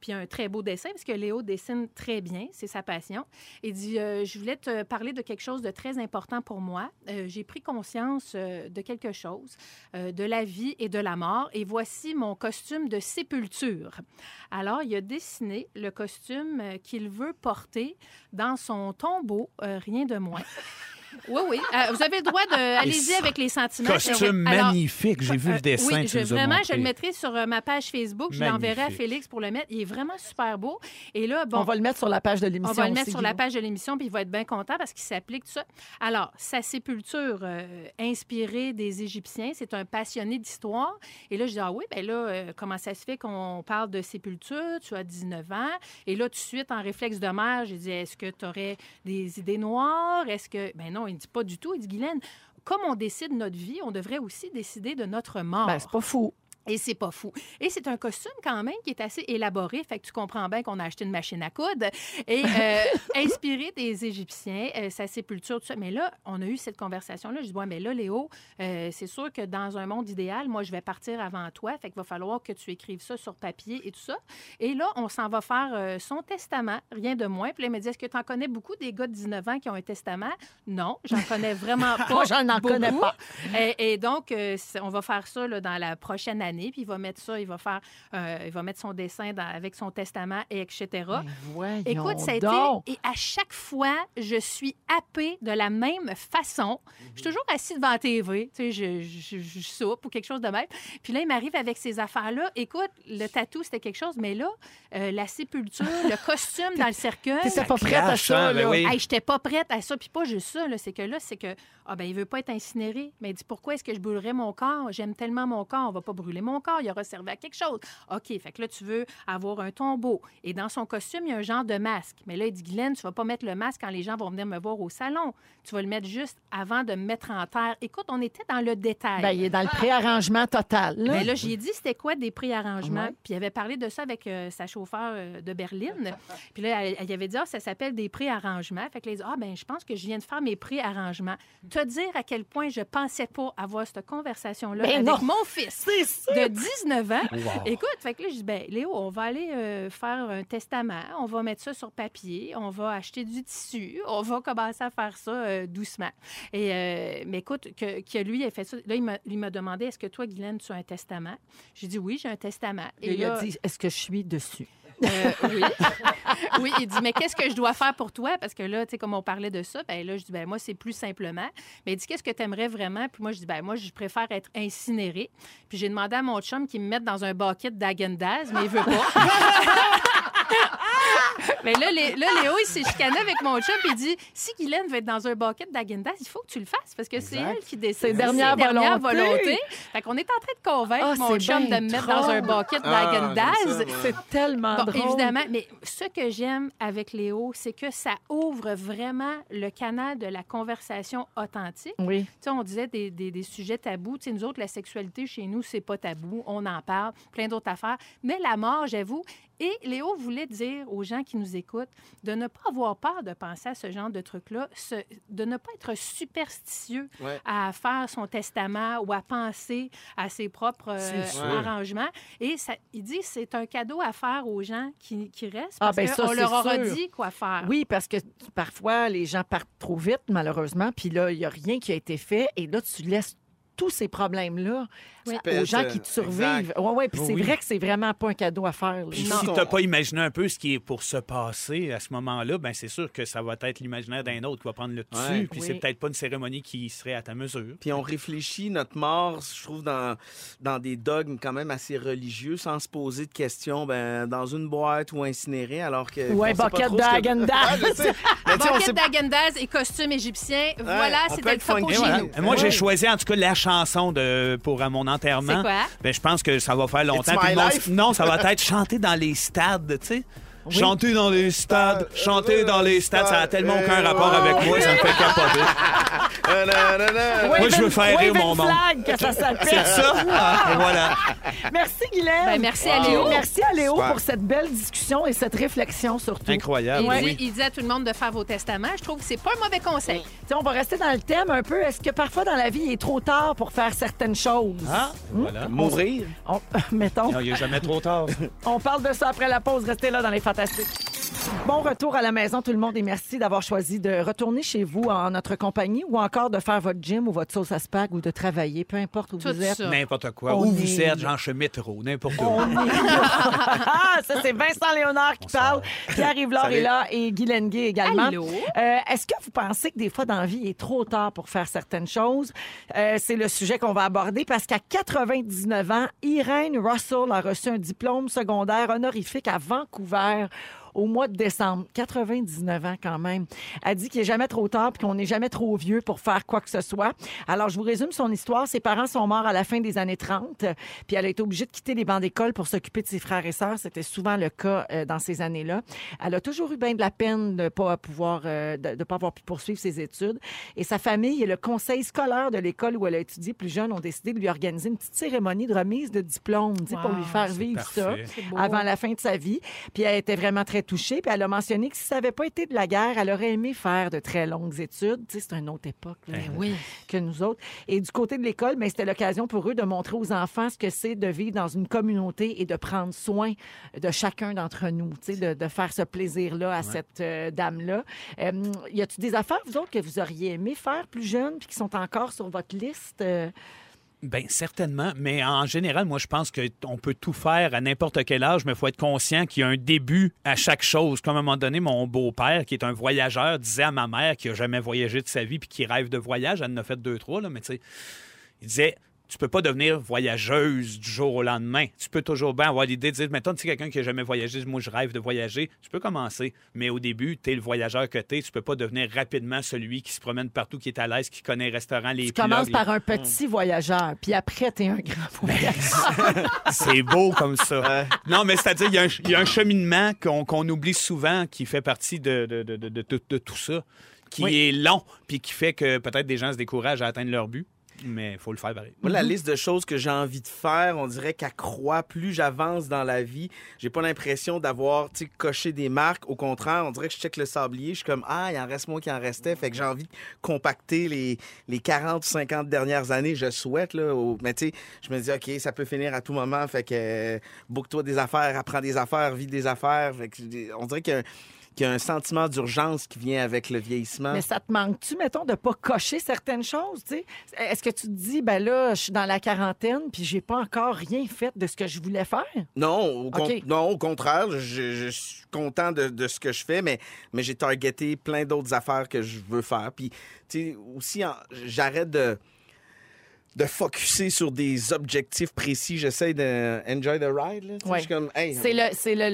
Speaker 4: puis un très beau dessin, parce que Léo dessine très bien, c'est sa passion. Il dit euh, Je voulais te parler de quelque chose de très important pour moi. Euh, J'ai pris conscience euh, de quelque chose, euh, de la vie et de la mort, et voici mon costume de sépulture. Alors, il a dessiné le costume euh, qu'il veut porter dans son tombeau, euh, rien de moins. Oui, oui. Euh, vous avez le droit de. Allez-y avec les sentiments. C'est-
Speaker 3: Costume
Speaker 4: Alors,
Speaker 3: magnifique. J'ai vu
Speaker 4: euh,
Speaker 3: le dessin.
Speaker 4: Oui,
Speaker 3: que tu
Speaker 4: je,
Speaker 3: nous as
Speaker 4: vraiment, je
Speaker 3: montré.
Speaker 4: le mettrai sur euh, ma page Facebook. Je
Speaker 3: Magnifique.
Speaker 4: l'enverrai à Félix pour le mettre. Il est vraiment super beau. Et là, bon.
Speaker 2: On va le mettre sur la page de l'émission.
Speaker 4: On va le mettre
Speaker 2: aussi,
Speaker 4: sur la
Speaker 2: Guillaume.
Speaker 4: page de l'émission, puis il va être bien content parce qu'il s'applique tout ça. Alors, sa sépulture euh, inspirée des Égyptiens, c'est un passionné d'histoire. Et là, je dis, ah oui, ben là, euh, comment ça se fait qu'on parle de sépulture? Tu as 19 ans. Et là, tout de suite, en réflexe de mère, j'ai dit, est-ce que tu aurais des idées noires? Est-ce que... Ben non, il ne dit pas du tout. Il dit, Guylaine, comme on décide notre vie, on devrait aussi décider de notre mort.
Speaker 2: Ben, c'est pas fou.
Speaker 4: Et c'est pas fou. Et c'est un costume quand même qui est assez élaboré, fait que tu comprends bien qu'on a acheté une machine à coudre et euh, inspiré des Égyptiens, euh, sa sépulture, tout ça. Mais là, on a eu cette conversation-là. Je dis, ouais, mais là, Léo, euh, c'est sûr que dans un monde idéal, moi, je vais partir avant toi, fait qu'il va falloir que tu écrives ça sur papier et tout ça. Et là, on s'en va faire euh, son testament, rien de moins. Puis là, il me dit, est-ce que tu en connais beaucoup des gars de 19 ans qui ont un testament? Non, j'en connais vraiment pas.
Speaker 2: Moi, j'en en connais
Speaker 4: beaucoup.
Speaker 2: pas.
Speaker 4: Et, et donc, euh, c'est- on va faire ça là, dans la prochaine année, puis il va mettre ça, il va faire, euh, il va mettre son dessin dans- avec son testament, et etc.
Speaker 2: Ben,
Speaker 4: Écoute, ça a été, et à chaque fois, je suis happée de la même façon. Je suis toujours assise devant la TV, tu sais, je, je, je- je soupe ou quelque chose de même. Puis là, il m'arrive avec ces affaires-là. Écoute, le tatou, c'était quelque chose, mais là, euh, la sépulture, le costume dans le cercueil...
Speaker 2: T'étais pas prête à
Speaker 3: clash,
Speaker 2: ça,
Speaker 3: hein, ben
Speaker 2: là.
Speaker 3: oui.
Speaker 4: Hey, j'étais pas prête à ça. Puis pas juste ça, là, c'est que là, c'est que, ah ben, il veut pas être incinéré. Mais il dit, pourquoi est-ce que je brûlerais mon corps? J'aime tellement mon corps, on va pas brûler mon corps, il aura servi à quelque chose. OK, fait que là, tu veux avoir un tombeau. Et dans son costume, il y a un genre de masque. Mais là, il dit, Glenn, tu vas pas mettre le masque quand les gens vont venir me voir au salon. Tu vas le mettre juste avant de me mettre en terre. Écoute, on était dans le détail.
Speaker 2: Ben, il est dans le préarrangement total. Ben là.
Speaker 4: Mais Ben là, j'ai dit c'était quoi des préarrangements.
Speaker 2: Ouais.
Speaker 4: Puis il avait parlé de ça avec euh, sa chauffeur euh, de berline. Puis là, elle, elle avait dit ah, ça s'appelle des préarrangements. Fait que là, il dit ah ben je pense que je viens de faire mes préarrangements. Te dire à quel point je pensais pas avoir cette conversation là
Speaker 2: Ben
Speaker 4: avec
Speaker 2: non.
Speaker 4: mon fils
Speaker 2: C'est sûr.
Speaker 4: de 19 ans. Écoute, fait que là, je dis, ben, Léo, on va aller euh, faire un testament, on va mettre ça sur papier, on va acheter du tissu, on va commencer à faire ça euh, doucement. Et, euh, mais écoute, que, que lui ait fait ça, là, il m'a- il m'a demandé, est-ce que toi, Guylaine, tu as un testament? J'ai dit, oui, j'ai un testament.
Speaker 2: Et il
Speaker 4: là,
Speaker 2: a dit, est-ce que je suis dessus?
Speaker 4: euh, oui. oui, il dit, mais qu'est-ce que je dois faire pour toi? Parce que là, tu sais, comme on parlait de ça, ben là, je dis, ben moi, c'est plus simplement. Mais il dit, qu'est-ce que tu aimerais vraiment? Puis moi, je dis, ben moi, je préfère être incinéré. Puis j'ai demandé à mon chum qu'il me mette dans un bucket d'Agendaz, mais il veut pas. Mais là, Lé- là, Léo, il s'est chicané avec mon chum puis il dit si Guylaine veut être dans un bucket d'Agendaz, il faut que tu le fasses parce que c'est elle qui décide.
Speaker 2: Ses dernières
Speaker 4: dernières
Speaker 2: volontés.
Speaker 4: volontés. Fait qu'on est en train de convaincre
Speaker 2: Ah,
Speaker 4: mon
Speaker 2: c'est
Speaker 4: chum de
Speaker 2: bien
Speaker 4: me mettre dans un
Speaker 2: drôle.
Speaker 4: bucket
Speaker 1: Ah, j'aime ça,
Speaker 4: d'Agendaz.
Speaker 1: moi.
Speaker 2: C'est tellement
Speaker 4: Bon,
Speaker 2: drôle.
Speaker 4: évidemment, mais ce que j'aime avec Léo, c'est que ça ouvre vraiment le canal de la conversation authentique.
Speaker 2: Oui.
Speaker 4: Tu sais, on disait des, des- des sujets tabous. Tu sais, nous autres, la sexualité chez nous, c'est pas tabou. On en parle, plein d'autres affaires. Mais la mort, j'avoue. Et Léo voulait dire aux gens qui nous écoutent de ne pas avoir peur de penser à ce genre de truc-là, ce- de ne pas être superstitieux
Speaker 1: Ouais.
Speaker 4: à faire son testament ou à penser à ses propres euh,
Speaker 3: C'est sûr.
Speaker 4: arrangements. Et ça, il dit c'est un cadeau à faire aux gens qui, qui restent
Speaker 2: Ah,
Speaker 4: parce
Speaker 2: ben ça,
Speaker 4: qu'on
Speaker 2: c'est
Speaker 4: leur aura
Speaker 2: sûr.
Speaker 4: dit quoi
Speaker 6: Ah.
Speaker 4: faire.
Speaker 2: Oui, parce que tu- parfois, les gens partent trop vite, malheureusement, puis là, il n'y a rien qui a été fait, et là, tu laisses tous ces problèmes-là
Speaker 4: Oui.
Speaker 2: aux gens
Speaker 1: euh,
Speaker 2: qui te survivent. Ouais, ouais, puis c'est
Speaker 3: Oh Oui.
Speaker 2: vrai que c'est vraiment pas un cadeau à faire. là.
Speaker 3: Puis
Speaker 1: Non.
Speaker 3: si t'as pas imaginé un peu ce qui est pour se passer à ce moment-là, ben c'est sûr que ça va être l'imaginaire d'un autre qui va prendre le dessus.
Speaker 1: Ouais.
Speaker 3: Puis
Speaker 2: Oui.
Speaker 3: c'est peut-être pas une cérémonie qui serait à ta mesure.
Speaker 1: Puis on réfléchit notre mort, je trouve, dans, dans des dogmes quand même assez religieux, sans se poser de questions, ben, dans une boîte ou incinéré, alors que...
Speaker 2: Ou un
Speaker 1: on sait pas
Speaker 2: bucket
Speaker 1: trop
Speaker 2: de
Speaker 1: ce que-
Speaker 2: Häagen-Dazs.
Speaker 1: Ouais, je sais. euh, Mais tu sais, on
Speaker 4: Banquette
Speaker 1: sait-
Speaker 4: d'Agendaz et costume égyptien. voilà,
Speaker 1: on peut
Speaker 4: c'était le
Speaker 1: être
Speaker 4: topo
Speaker 1: funky,
Speaker 4: chez
Speaker 1: voilà.
Speaker 4: nous.
Speaker 1: Ouais.
Speaker 3: Moi, j'ai choisi en tout cas la chanson de, pour euh, mon enterrement.
Speaker 4: C'est quoi?
Speaker 3: Ben, je pense que ça va faire longtemps.
Speaker 1: It's
Speaker 3: Puis
Speaker 1: my
Speaker 3: mon-
Speaker 1: life.
Speaker 3: non, ça va être chanté dans les stades, tu sais. Chanter dans les stades, chanter dans les stades, ça a tellement aucun rapport avec moi, ça me fait capoter.
Speaker 1: Nanana.
Speaker 3: Moi, je veux
Speaker 2: Wave
Speaker 3: faire
Speaker 2: and-
Speaker 3: rire
Speaker 2: wave
Speaker 3: mon
Speaker 2: and
Speaker 3: monde.
Speaker 2: flag, que ça
Speaker 3: C'est
Speaker 2: s'appelle.
Speaker 3: ça? Ah, voilà.
Speaker 2: Merci, Guylaine.
Speaker 6: Ben, merci à Léo.
Speaker 2: Merci à Léo
Speaker 1: Super.
Speaker 2: pour cette belle discussion et cette réflexion surtout.
Speaker 3: Incroyable,
Speaker 6: Il,
Speaker 3: Ah, ben oui.
Speaker 6: dit, il dit à tout le monde de faire vos testaments. Je trouve que c'est pas un mauvais conseil.
Speaker 2: Tu sais, on va rester dans le thème un peu. Est-ce que parfois dans la vie, il est trop tard pour faire certaines choses?
Speaker 3: Ah, voilà.
Speaker 1: Mourir.
Speaker 2: On- mettons.
Speaker 3: Non, il n'est jamais trop tard.
Speaker 2: On parle de ça après la pause. Restez là dans les fantastiques. Bon retour à la maison, tout le monde, et merci d'avoir choisi de retourner chez vous en notre compagnie ou encore de faire votre gym ou votre sauce à spag ou de travailler, peu importe où
Speaker 6: Tout
Speaker 2: vous êtes.
Speaker 6: ça.
Speaker 3: N'importe quoi.
Speaker 2: On
Speaker 3: Où
Speaker 2: est
Speaker 3: vous
Speaker 2: là.
Speaker 3: êtes, genre, chez métro, n'importe où.
Speaker 2: ah, ça, c'est Vincent Léonard qui parle. Pierre-Yves Laure
Speaker 1: Salut.
Speaker 2: est là et Guy Lenguet également.
Speaker 6: Allô?
Speaker 2: Euh, Est-ce que vous pensez que des fois, dans la vie, il est trop tard pour faire certaines choses? Euh, c'est le sujet qu'on va aborder parce qu'à 99 ans, Irene Russell a reçu un diplôme secondaire honorifique à Vancouver au mois de décembre. 99 ans quand même. Elle dit qu'il n'est jamais trop tard puis qu'on n'est jamais trop vieux pour faire quoi que ce soit. Alors, je vous résume son histoire. Ses parents sont morts à la fin des années 30, puis elle a été obligée de quitter les bancs d'école pour s'occuper de ses frères et sœurs. C'était souvent le cas euh, dans ces années-là. Elle a toujours eu bien de la peine de pas pouvoir, euh, de, de pas avoir pu poursuivre ses études. Et sa famille et le conseil scolaire de l'école où elle a étudié plus jeune ont décidé de lui organiser une petite cérémonie de remise de diplôme, tu sais, pour
Speaker 6: Wow,
Speaker 2: lui faire
Speaker 3: c'est
Speaker 2: vivre ça
Speaker 3: parfait.
Speaker 6: C'est beau.
Speaker 2: avant la fin de sa vie. Puis elle était vraiment très touchée. Puis elle a mentionné que si ça n'avait pas été de la guerre, elle aurait aimé faire de très longues études. Tu sais, c'est une autre époque là, euh,
Speaker 3: Ben
Speaker 6: Oui.
Speaker 2: que nous autres. Et du côté de l'école, mais c'était l'occasion pour eux de montrer aux enfants ce que c'est de vivre dans une communauté et de prendre soin de chacun d'entre nous, tu sais, de, de faire ce plaisir-là à cette euh, dame-là. Euh, y a-tu des affaires, vous autres, que vous auriez aimé faire plus jeune puis qui sont encore sur votre liste? euh?
Speaker 3: Bien, Ben, certainement. Mais en général, moi, je pense qu'on peut tout faire à n'importe quel âge, mais il faut être conscient qu'il y a un début à chaque chose. Comme à un moment donné, mon beau-père, qui est un voyageur, disait à ma mère qui n'a jamais voyagé de sa vie puis qui rêve de voyage, elle en a fait deux, trois, là, mais tu sais, il disait. Tu peux pas devenir voyageuse du jour au lendemain. Tu peux toujours bien avoir l'idée de dire, mettons, tu sais, quelqu'un qui a jamais voyagé, moi, je rêve de voyager. Tu peux commencer, mais au début, tu es le voyageur que t'es. Tu peux pas devenir rapidement celui qui se promène partout, qui est à l'aise, qui connaît les restaurants, les
Speaker 2: Tu
Speaker 3: pilotes,
Speaker 2: commences
Speaker 3: les-
Speaker 2: par un petit voyageur, puis après, t'es un grand voyageur.
Speaker 3: C'est beau comme ça. Non, mais c'est-à-dire, il y a un, il y a un cheminement qu'on qu'on oublie souvent qui fait partie de, de- de- de- de- de- de tout ça, qui
Speaker 2: Oui.
Speaker 3: est long, puis qui fait que peut-être des gens se découragent à atteindre leur but, mais il faut le faire pareil.
Speaker 1: Moi, la liste de choses que j'ai envie de faire, on dirait qu'elle croît. Plus j'avance dans la vie, j'ai pas l'impression d'avoir tu sais, coché des marques. Au contraire, on dirait que je check le sablier. Je suis comme, ah, il en reste moins qu'il en restait. Fait que j'ai envie de compacter les, les 40 ou 50 dernières années. Je souhaite, là. au- Mais tu sais, je me dis, OK, ça peut finir à tout moment. Fait que euh, boucle-toi des affaires, apprends des affaires, vis des affaires. Fait que, euh, on dirait qu'il y a un- qu'il y a un sentiment d'urgence qui vient avec le vieillissement.
Speaker 2: Mais ça te manque-tu, mettons, de pas cocher certaines choses, tu sais? Est-ce que tu te dis, ben là, je suis dans la quarantaine, puis j'ai pas encore rien fait de ce que je voulais faire?
Speaker 1: Non, au, con-
Speaker 2: OK.
Speaker 1: non, au contraire, je, je suis content de, de ce que je fais, mais, mais j'ai targeté plein d'autres affaires que je veux faire. Puis, tu sais, aussi, en- j'arrête de de focusser sur des objectifs précis. J'essaie de enjoy the ride. là. Tu sais,
Speaker 2: Ouais.
Speaker 1: Je suis comme, hey,
Speaker 2: C'est le, c'est le,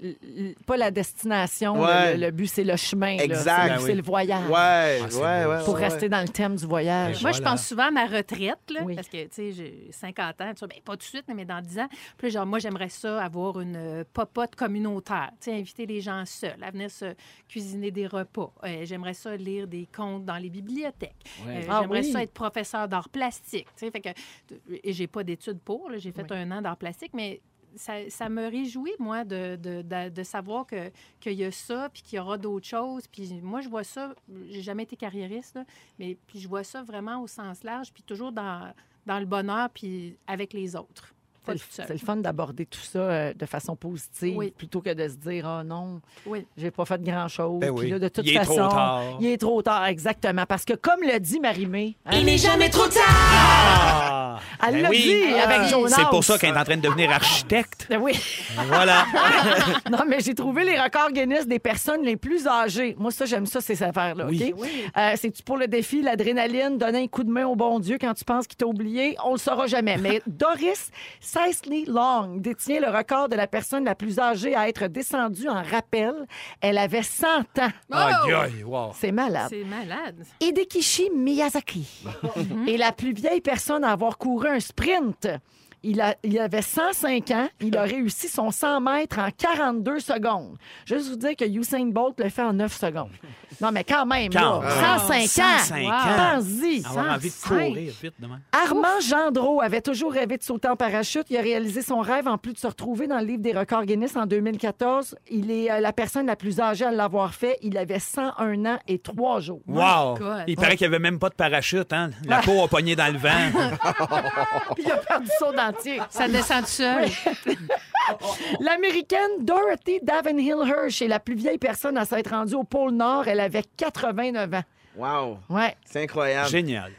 Speaker 2: le- le- pas la destination,
Speaker 1: Ouais.
Speaker 2: le, le but, c'est le chemin. là.
Speaker 1: Exact.
Speaker 2: C'est le-
Speaker 3: Ben
Speaker 2: C'est
Speaker 3: oui.
Speaker 2: le voyage.
Speaker 1: Ouais,
Speaker 3: Ah, c'est
Speaker 1: ouais,
Speaker 3: beau,
Speaker 1: ouais.
Speaker 3: ça.
Speaker 2: Pour
Speaker 1: ouais,
Speaker 2: rester dans le thème du voyage.
Speaker 3: Ben,
Speaker 2: Moi,
Speaker 4: Moi, je
Speaker 3: Voilà.
Speaker 4: pense souvent à ma retraite, là,
Speaker 2: Euh, Oui.
Speaker 4: parce que, tu sais, j'ai 50 ans, tu vois, ben, pas tout de suite, mais dans 10 ans. Puis là, genre, moi, j'aimerais ça avoir une euh, popote communautaire, tu sais, inviter les gens seuls à venir se cuisiner des repas. Euh, j'aimerais ça lire des contes dans les bibliothèques. Euh,
Speaker 2: Ah
Speaker 4: j'aimerais
Speaker 2: oui.
Speaker 4: ça être professeur d'art plastique, tu sais, fait que... Et j'ai pas d'études pour, là, j'ai fait un an d'art plastique, mais... Ça, ça me réjouit, moi, de, de, de, de savoir que- qu'il y a ça, puis qu'il y aura d'autres choses. Puis moi, je vois ça, j'ai jamais été carriériste, là, mais puis je vois ça vraiment au sens large, puis toujours dans, dans le bonheur, puis avec les autres.
Speaker 2: c'est
Speaker 4: Pas
Speaker 2: le-
Speaker 4: toute seule.
Speaker 2: C'est le fun d'aborder tout ça euh, de façon positive
Speaker 4: Oui.
Speaker 2: plutôt que de se dire oh non,
Speaker 4: Oui.
Speaker 2: j'ai pas fait grand chose.
Speaker 3: Ben oui.
Speaker 2: Puis là, de toute
Speaker 3: Il est
Speaker 2: façon,
Speaker 3: trop tard.
Speaker 2: il est trop tard exactement parce que comme le dit Marie-Mé, hein,
Speaker 3: Ah!
Speaker 2: elle
Speaker 3: Ben
Speaker 2: l'a
Speaker 3: oui.
Speaker 2: dit avec
Speaker 6: oui.
Speaker 2: Jonas.
Speaker 3: C'est pour ça qu'elle est en train de devenir architecte.
Speaker 2: Ben oui.
Speaker 3: Voilà.
Speaker 2: Non, mais j'ai trouvé les records Guinness des personnes les plus âgées. Moi, ça, j'aime ça, ces affaires-là.
Speaker 3: Oui.
Speaker 2: OK? Euh, C'est-tu pour le défi, l'adrénaline, donner un coup de main au bon Dieu quand tu penses qu'il t'a oublié? On le saura jamais. Mais Doris Sisley Long détient le record de la personne la plus âgée à être descendue en rappel. Elle avait 100 ans.
Speaker 3: Aïe, aïe, wow.
Speaker 2: C'est malade.
Speaker 4: C'est malade.
Speaker 2: Hidekishi Miyazaki est la plus vieille personne à avoir couru un sprint. Il, a, il avait 105 ans. Il a réussi son 100 mètres en 42 secondes. Juste vous dire que Usain Bolt le fait en 9 secondes. Non, mais quand même,
Speaker 3: Quand
Speaker 2: là,
Speaker 3: même.
Speaker 2: 105 ans.
Speaker 3: 105
Speaker 4: Wow.
Speaker 3: ans.
Speaker 2: Pense-y.
Speaker 3: Avoir envie de
Speaker 4: 105.
Speaker 3: courir vite demain.
Speaker 2: Armand Gendreau avait toujours rêvé de sauter en parachute. Il a réalisé son rêve en plus de se retrouver dans le livre des records Guinness en 2014. Il est euh, la personne la plus âgée à l'avoir fait. Il avait 101 ans et 3 jours.
Speaker 3: Wow!
Speaker 6: God.
Speaker 3: Il paraît qu'il n'y avait même pas de parachute, hein? La peau a pogné dans le vent.
Speaker 2: Puis il a perdu son dentier.
Speaker 6: Ça descend tout seul.
Speaker 2: L'américaine Dorothy Davenhill Hirsch est la plus vieille personne à s'être rendue au pôle Nord. Elle avait 89 ans.
Speaker 1: Wow.
Speaker 2: Ouais.
Speaker 1: C'est incroyable.
Speaker 3: Génial.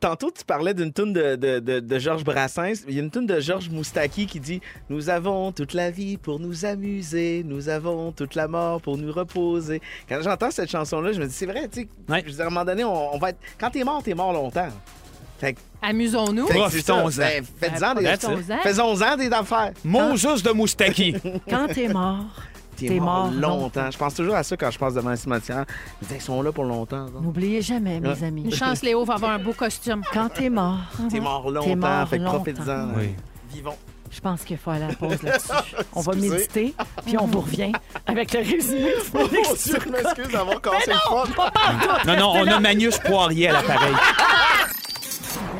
Speaker 1: Tantôt, tu parlais d'une toune de, de, de, de Georges Brassens. Il y a une toune de Georges Moustaki qui dit « Nous avons toute la vie pour nous amuser. Nous avons toute la mort pour nous reposer. » Quand j'entends cette chanson-là, je me dis « C'est vrai, tu sais,
Speaker 3: Ouais.
Speaker 1: je veux dire, à un moment donné, on, on va être... Quand t'es mort, t'es mort longtemps. » Fait que-
Speaker 6: Amusons-nous.
Speaker 1: fait que c'est ça.
Speaker 3: Profitons-en.
Speaker 1: Ben, Faites-en des...
Speaker 3: That's it.
Speaker 4: Profitons-en.
Speaker 1: Faisons-en des affaires.
Speaker 3: Moses de Moustaki.
Speaker 2: Quand t'es mort,
Speaker 1: T'es
Speaker 2: T'es
Speaker 1: mort,
Speaker 2: mort
Speaker 1: longtemps. Je pense toujours à ça quand je passe devant un cimetière. Je me dis, Ils sont là pour longtemps. donc.
Speaker 2: n'oubliez jamais, mes
Speaker 1: Ouais.
Speaker 2: amis.
Speaker 6: Une chance, Léo va avoir un beau costume.
Speaker 2: Quand Ah t'es mort,
Speaker 1: T'es mort longtemps.
Speaker 2: mort
Speaker 1: fait que
Speaker 2: longtemps.
Speaker 1: profitez-en.
Speaker 3: Oui.
Speaker 1: Vivons.
Speaker 2: je pense qu'il faut aller à la pause là-dessus. On
Speaker 1: Excusez.
Speaker 2: va
Speaker 1: Oh
Speaker 2: méditer, puis on vous revient avec le résumé de Félix
Speaker 1: Mon Dieu, je m'excuse d'avoir cassé le froid.
Speaker 3: Non, non, on a Magnus Poirier à l'appareil.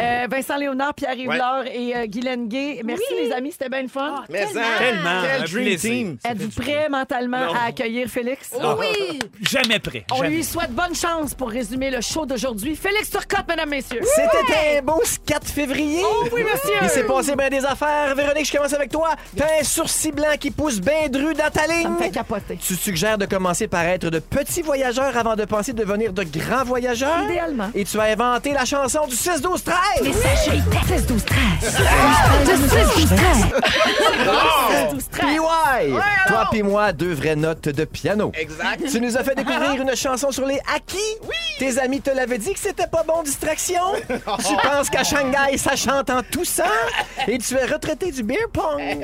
Speaker 2: Euh, Vincent Léonard, Pierre Rivlard et euh, Guylaine Gay. Merci, les amis, c'était bien le fun.
Speaker 1: Mais ça,
Speaker 3: Tellement,
Speaker 1: quel
Speaker 3: un
Speaker 1: dream
Speaker 3: plaisir.
Speaker 1: team.
Speaker 2: Êtes-vous prêts mentalement à accueillir Félix?
Speaker 1: Ah,
Speaker 6: Oui!
Speaker 3: Jamais prêt.
Speaker 2: On
Speaker 3: Jamais.
Speaker 2: lui souhaite bonne chance pour résumer le show d'aujourd'hui. Félix Turcotte, mesdames, messieurs.
Speaker 7: C'était un beau 4 février.
Speaker 2: Oh oui, monsieur.
Speaker 7: Il s'est passé bien des affaires. Véronique, je commence avec toi. T'as un sourcil blanc qui pousse bien dru dans ta
Speaker 2: Ça
Speaker 7: ligne.
Speaker 2: me fait capoter.
Speaker 7: Tu suggères de commencer par être de petits voyageurs avant de penser devenir de grands voyageurs.
Speaker 2: Idéalement.
Speaker 7: Et tu as inventé la chanson du 6-12-13.
Speaker 6: Messagerie texte 12 13. De 6 12 13.
Speaker 4: Oh.
Speaker 7: PY. Toi puis moi, deux vraies notes de piano. Exact. Tu nous as fait découvrir une chanson sur les acquis. Oui. Tes amis te l'avaient dit que c'était pas bon distraction. tu penses qu'à Shanghai, ça chante en toussant. Et tu es retraité du beer pong.
Speaker 3: Eh,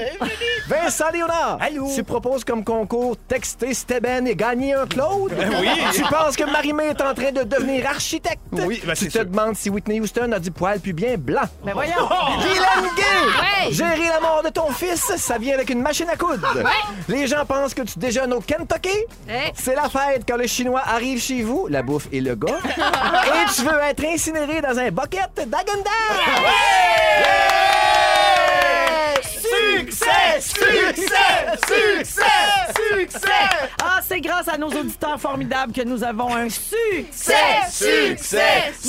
Speaker 7: Vincent Léonard.
Speaker 3: Allô.
Speaker 7: Tu proposes comme concours texter Steben et gagner un Claude.
Speaker 3: Eh oui.
Speaker 7: Tu penses que Marimé est en train de devenir architecte.
Speaker 3: Oui, ben,
Speaker 7: tu
Speaker 3: c'est
Speaker 7: te
Speaker 3: sûr.
Speaker 7: demandes si Whitney Houston a du poil puis bien blanc.
Speaker 2: Mais voyons.
Speaker 7: Guylaine Gay!
Speaker 6: Ouais.
Speaker 7: Gérer la mort de ton fils, ça vient avec une machine à coudre. Les gens pensent que tu déjeunes au Kentucky.
Speaker 6: Hey.
Speaker 7: C'est la fête quand le Chinois arrive chez vous, la bouffe et le gars. et tu veux être incinéré dans un bucket d'agenda.
Speaker 1: Succès, succès, succès, succès,
Speaker 2: Ah, c'est grâce à nos auditeurs formidables que nous avons un succès.
Speaker 1: succès,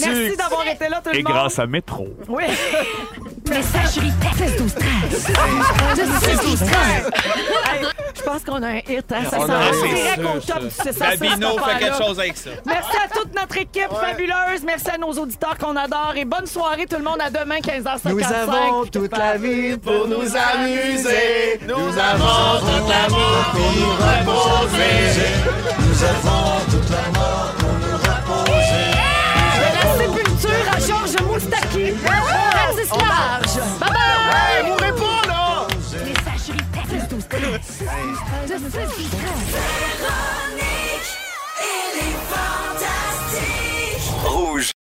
Speaker 2: Merci d'avoir été là, tout le monde.
Speaker 3: à Métro.
Speaker 2: Oui.
Speaker 6: Messagerie texte 12 13. De 6 12 13.
Speaker 2: Hey, je pense qu'on a un hit. Hein? Ça
Speaker 7: On
Speaker 2: sent
Speaker 7: a un
Speaker 2: on
Speaker 7: hit,
Speaker 2: dirait
Speaker 3: ça,
Speaker 2: qu'on top du succès, ça, cette
Speaker 3: Babino fait
Speaker 2: affaire-là.
Speaker 3: quelque chose avec ça.
Speaker 2: Merci à toute notre équipe fabuleuse. Merci à nos auditeurs qu'on adore. Et bonne soirée, tout le monde. À demain, 15h55.
Speaker 7: Nous avons toute la vie
Speaker 1: Pour nous amuser, nous avons toute la mort pour nous reposer.
Speaker 2: De la sépulture à Georges Moustaki. Francis Large. Bye-bye.
Speaker 1: Mourrez pas, là!
Speaker 6: Messagerie texte 12 13. De 6 12 13.
Speaker 8: Véronique, elle est fantastique.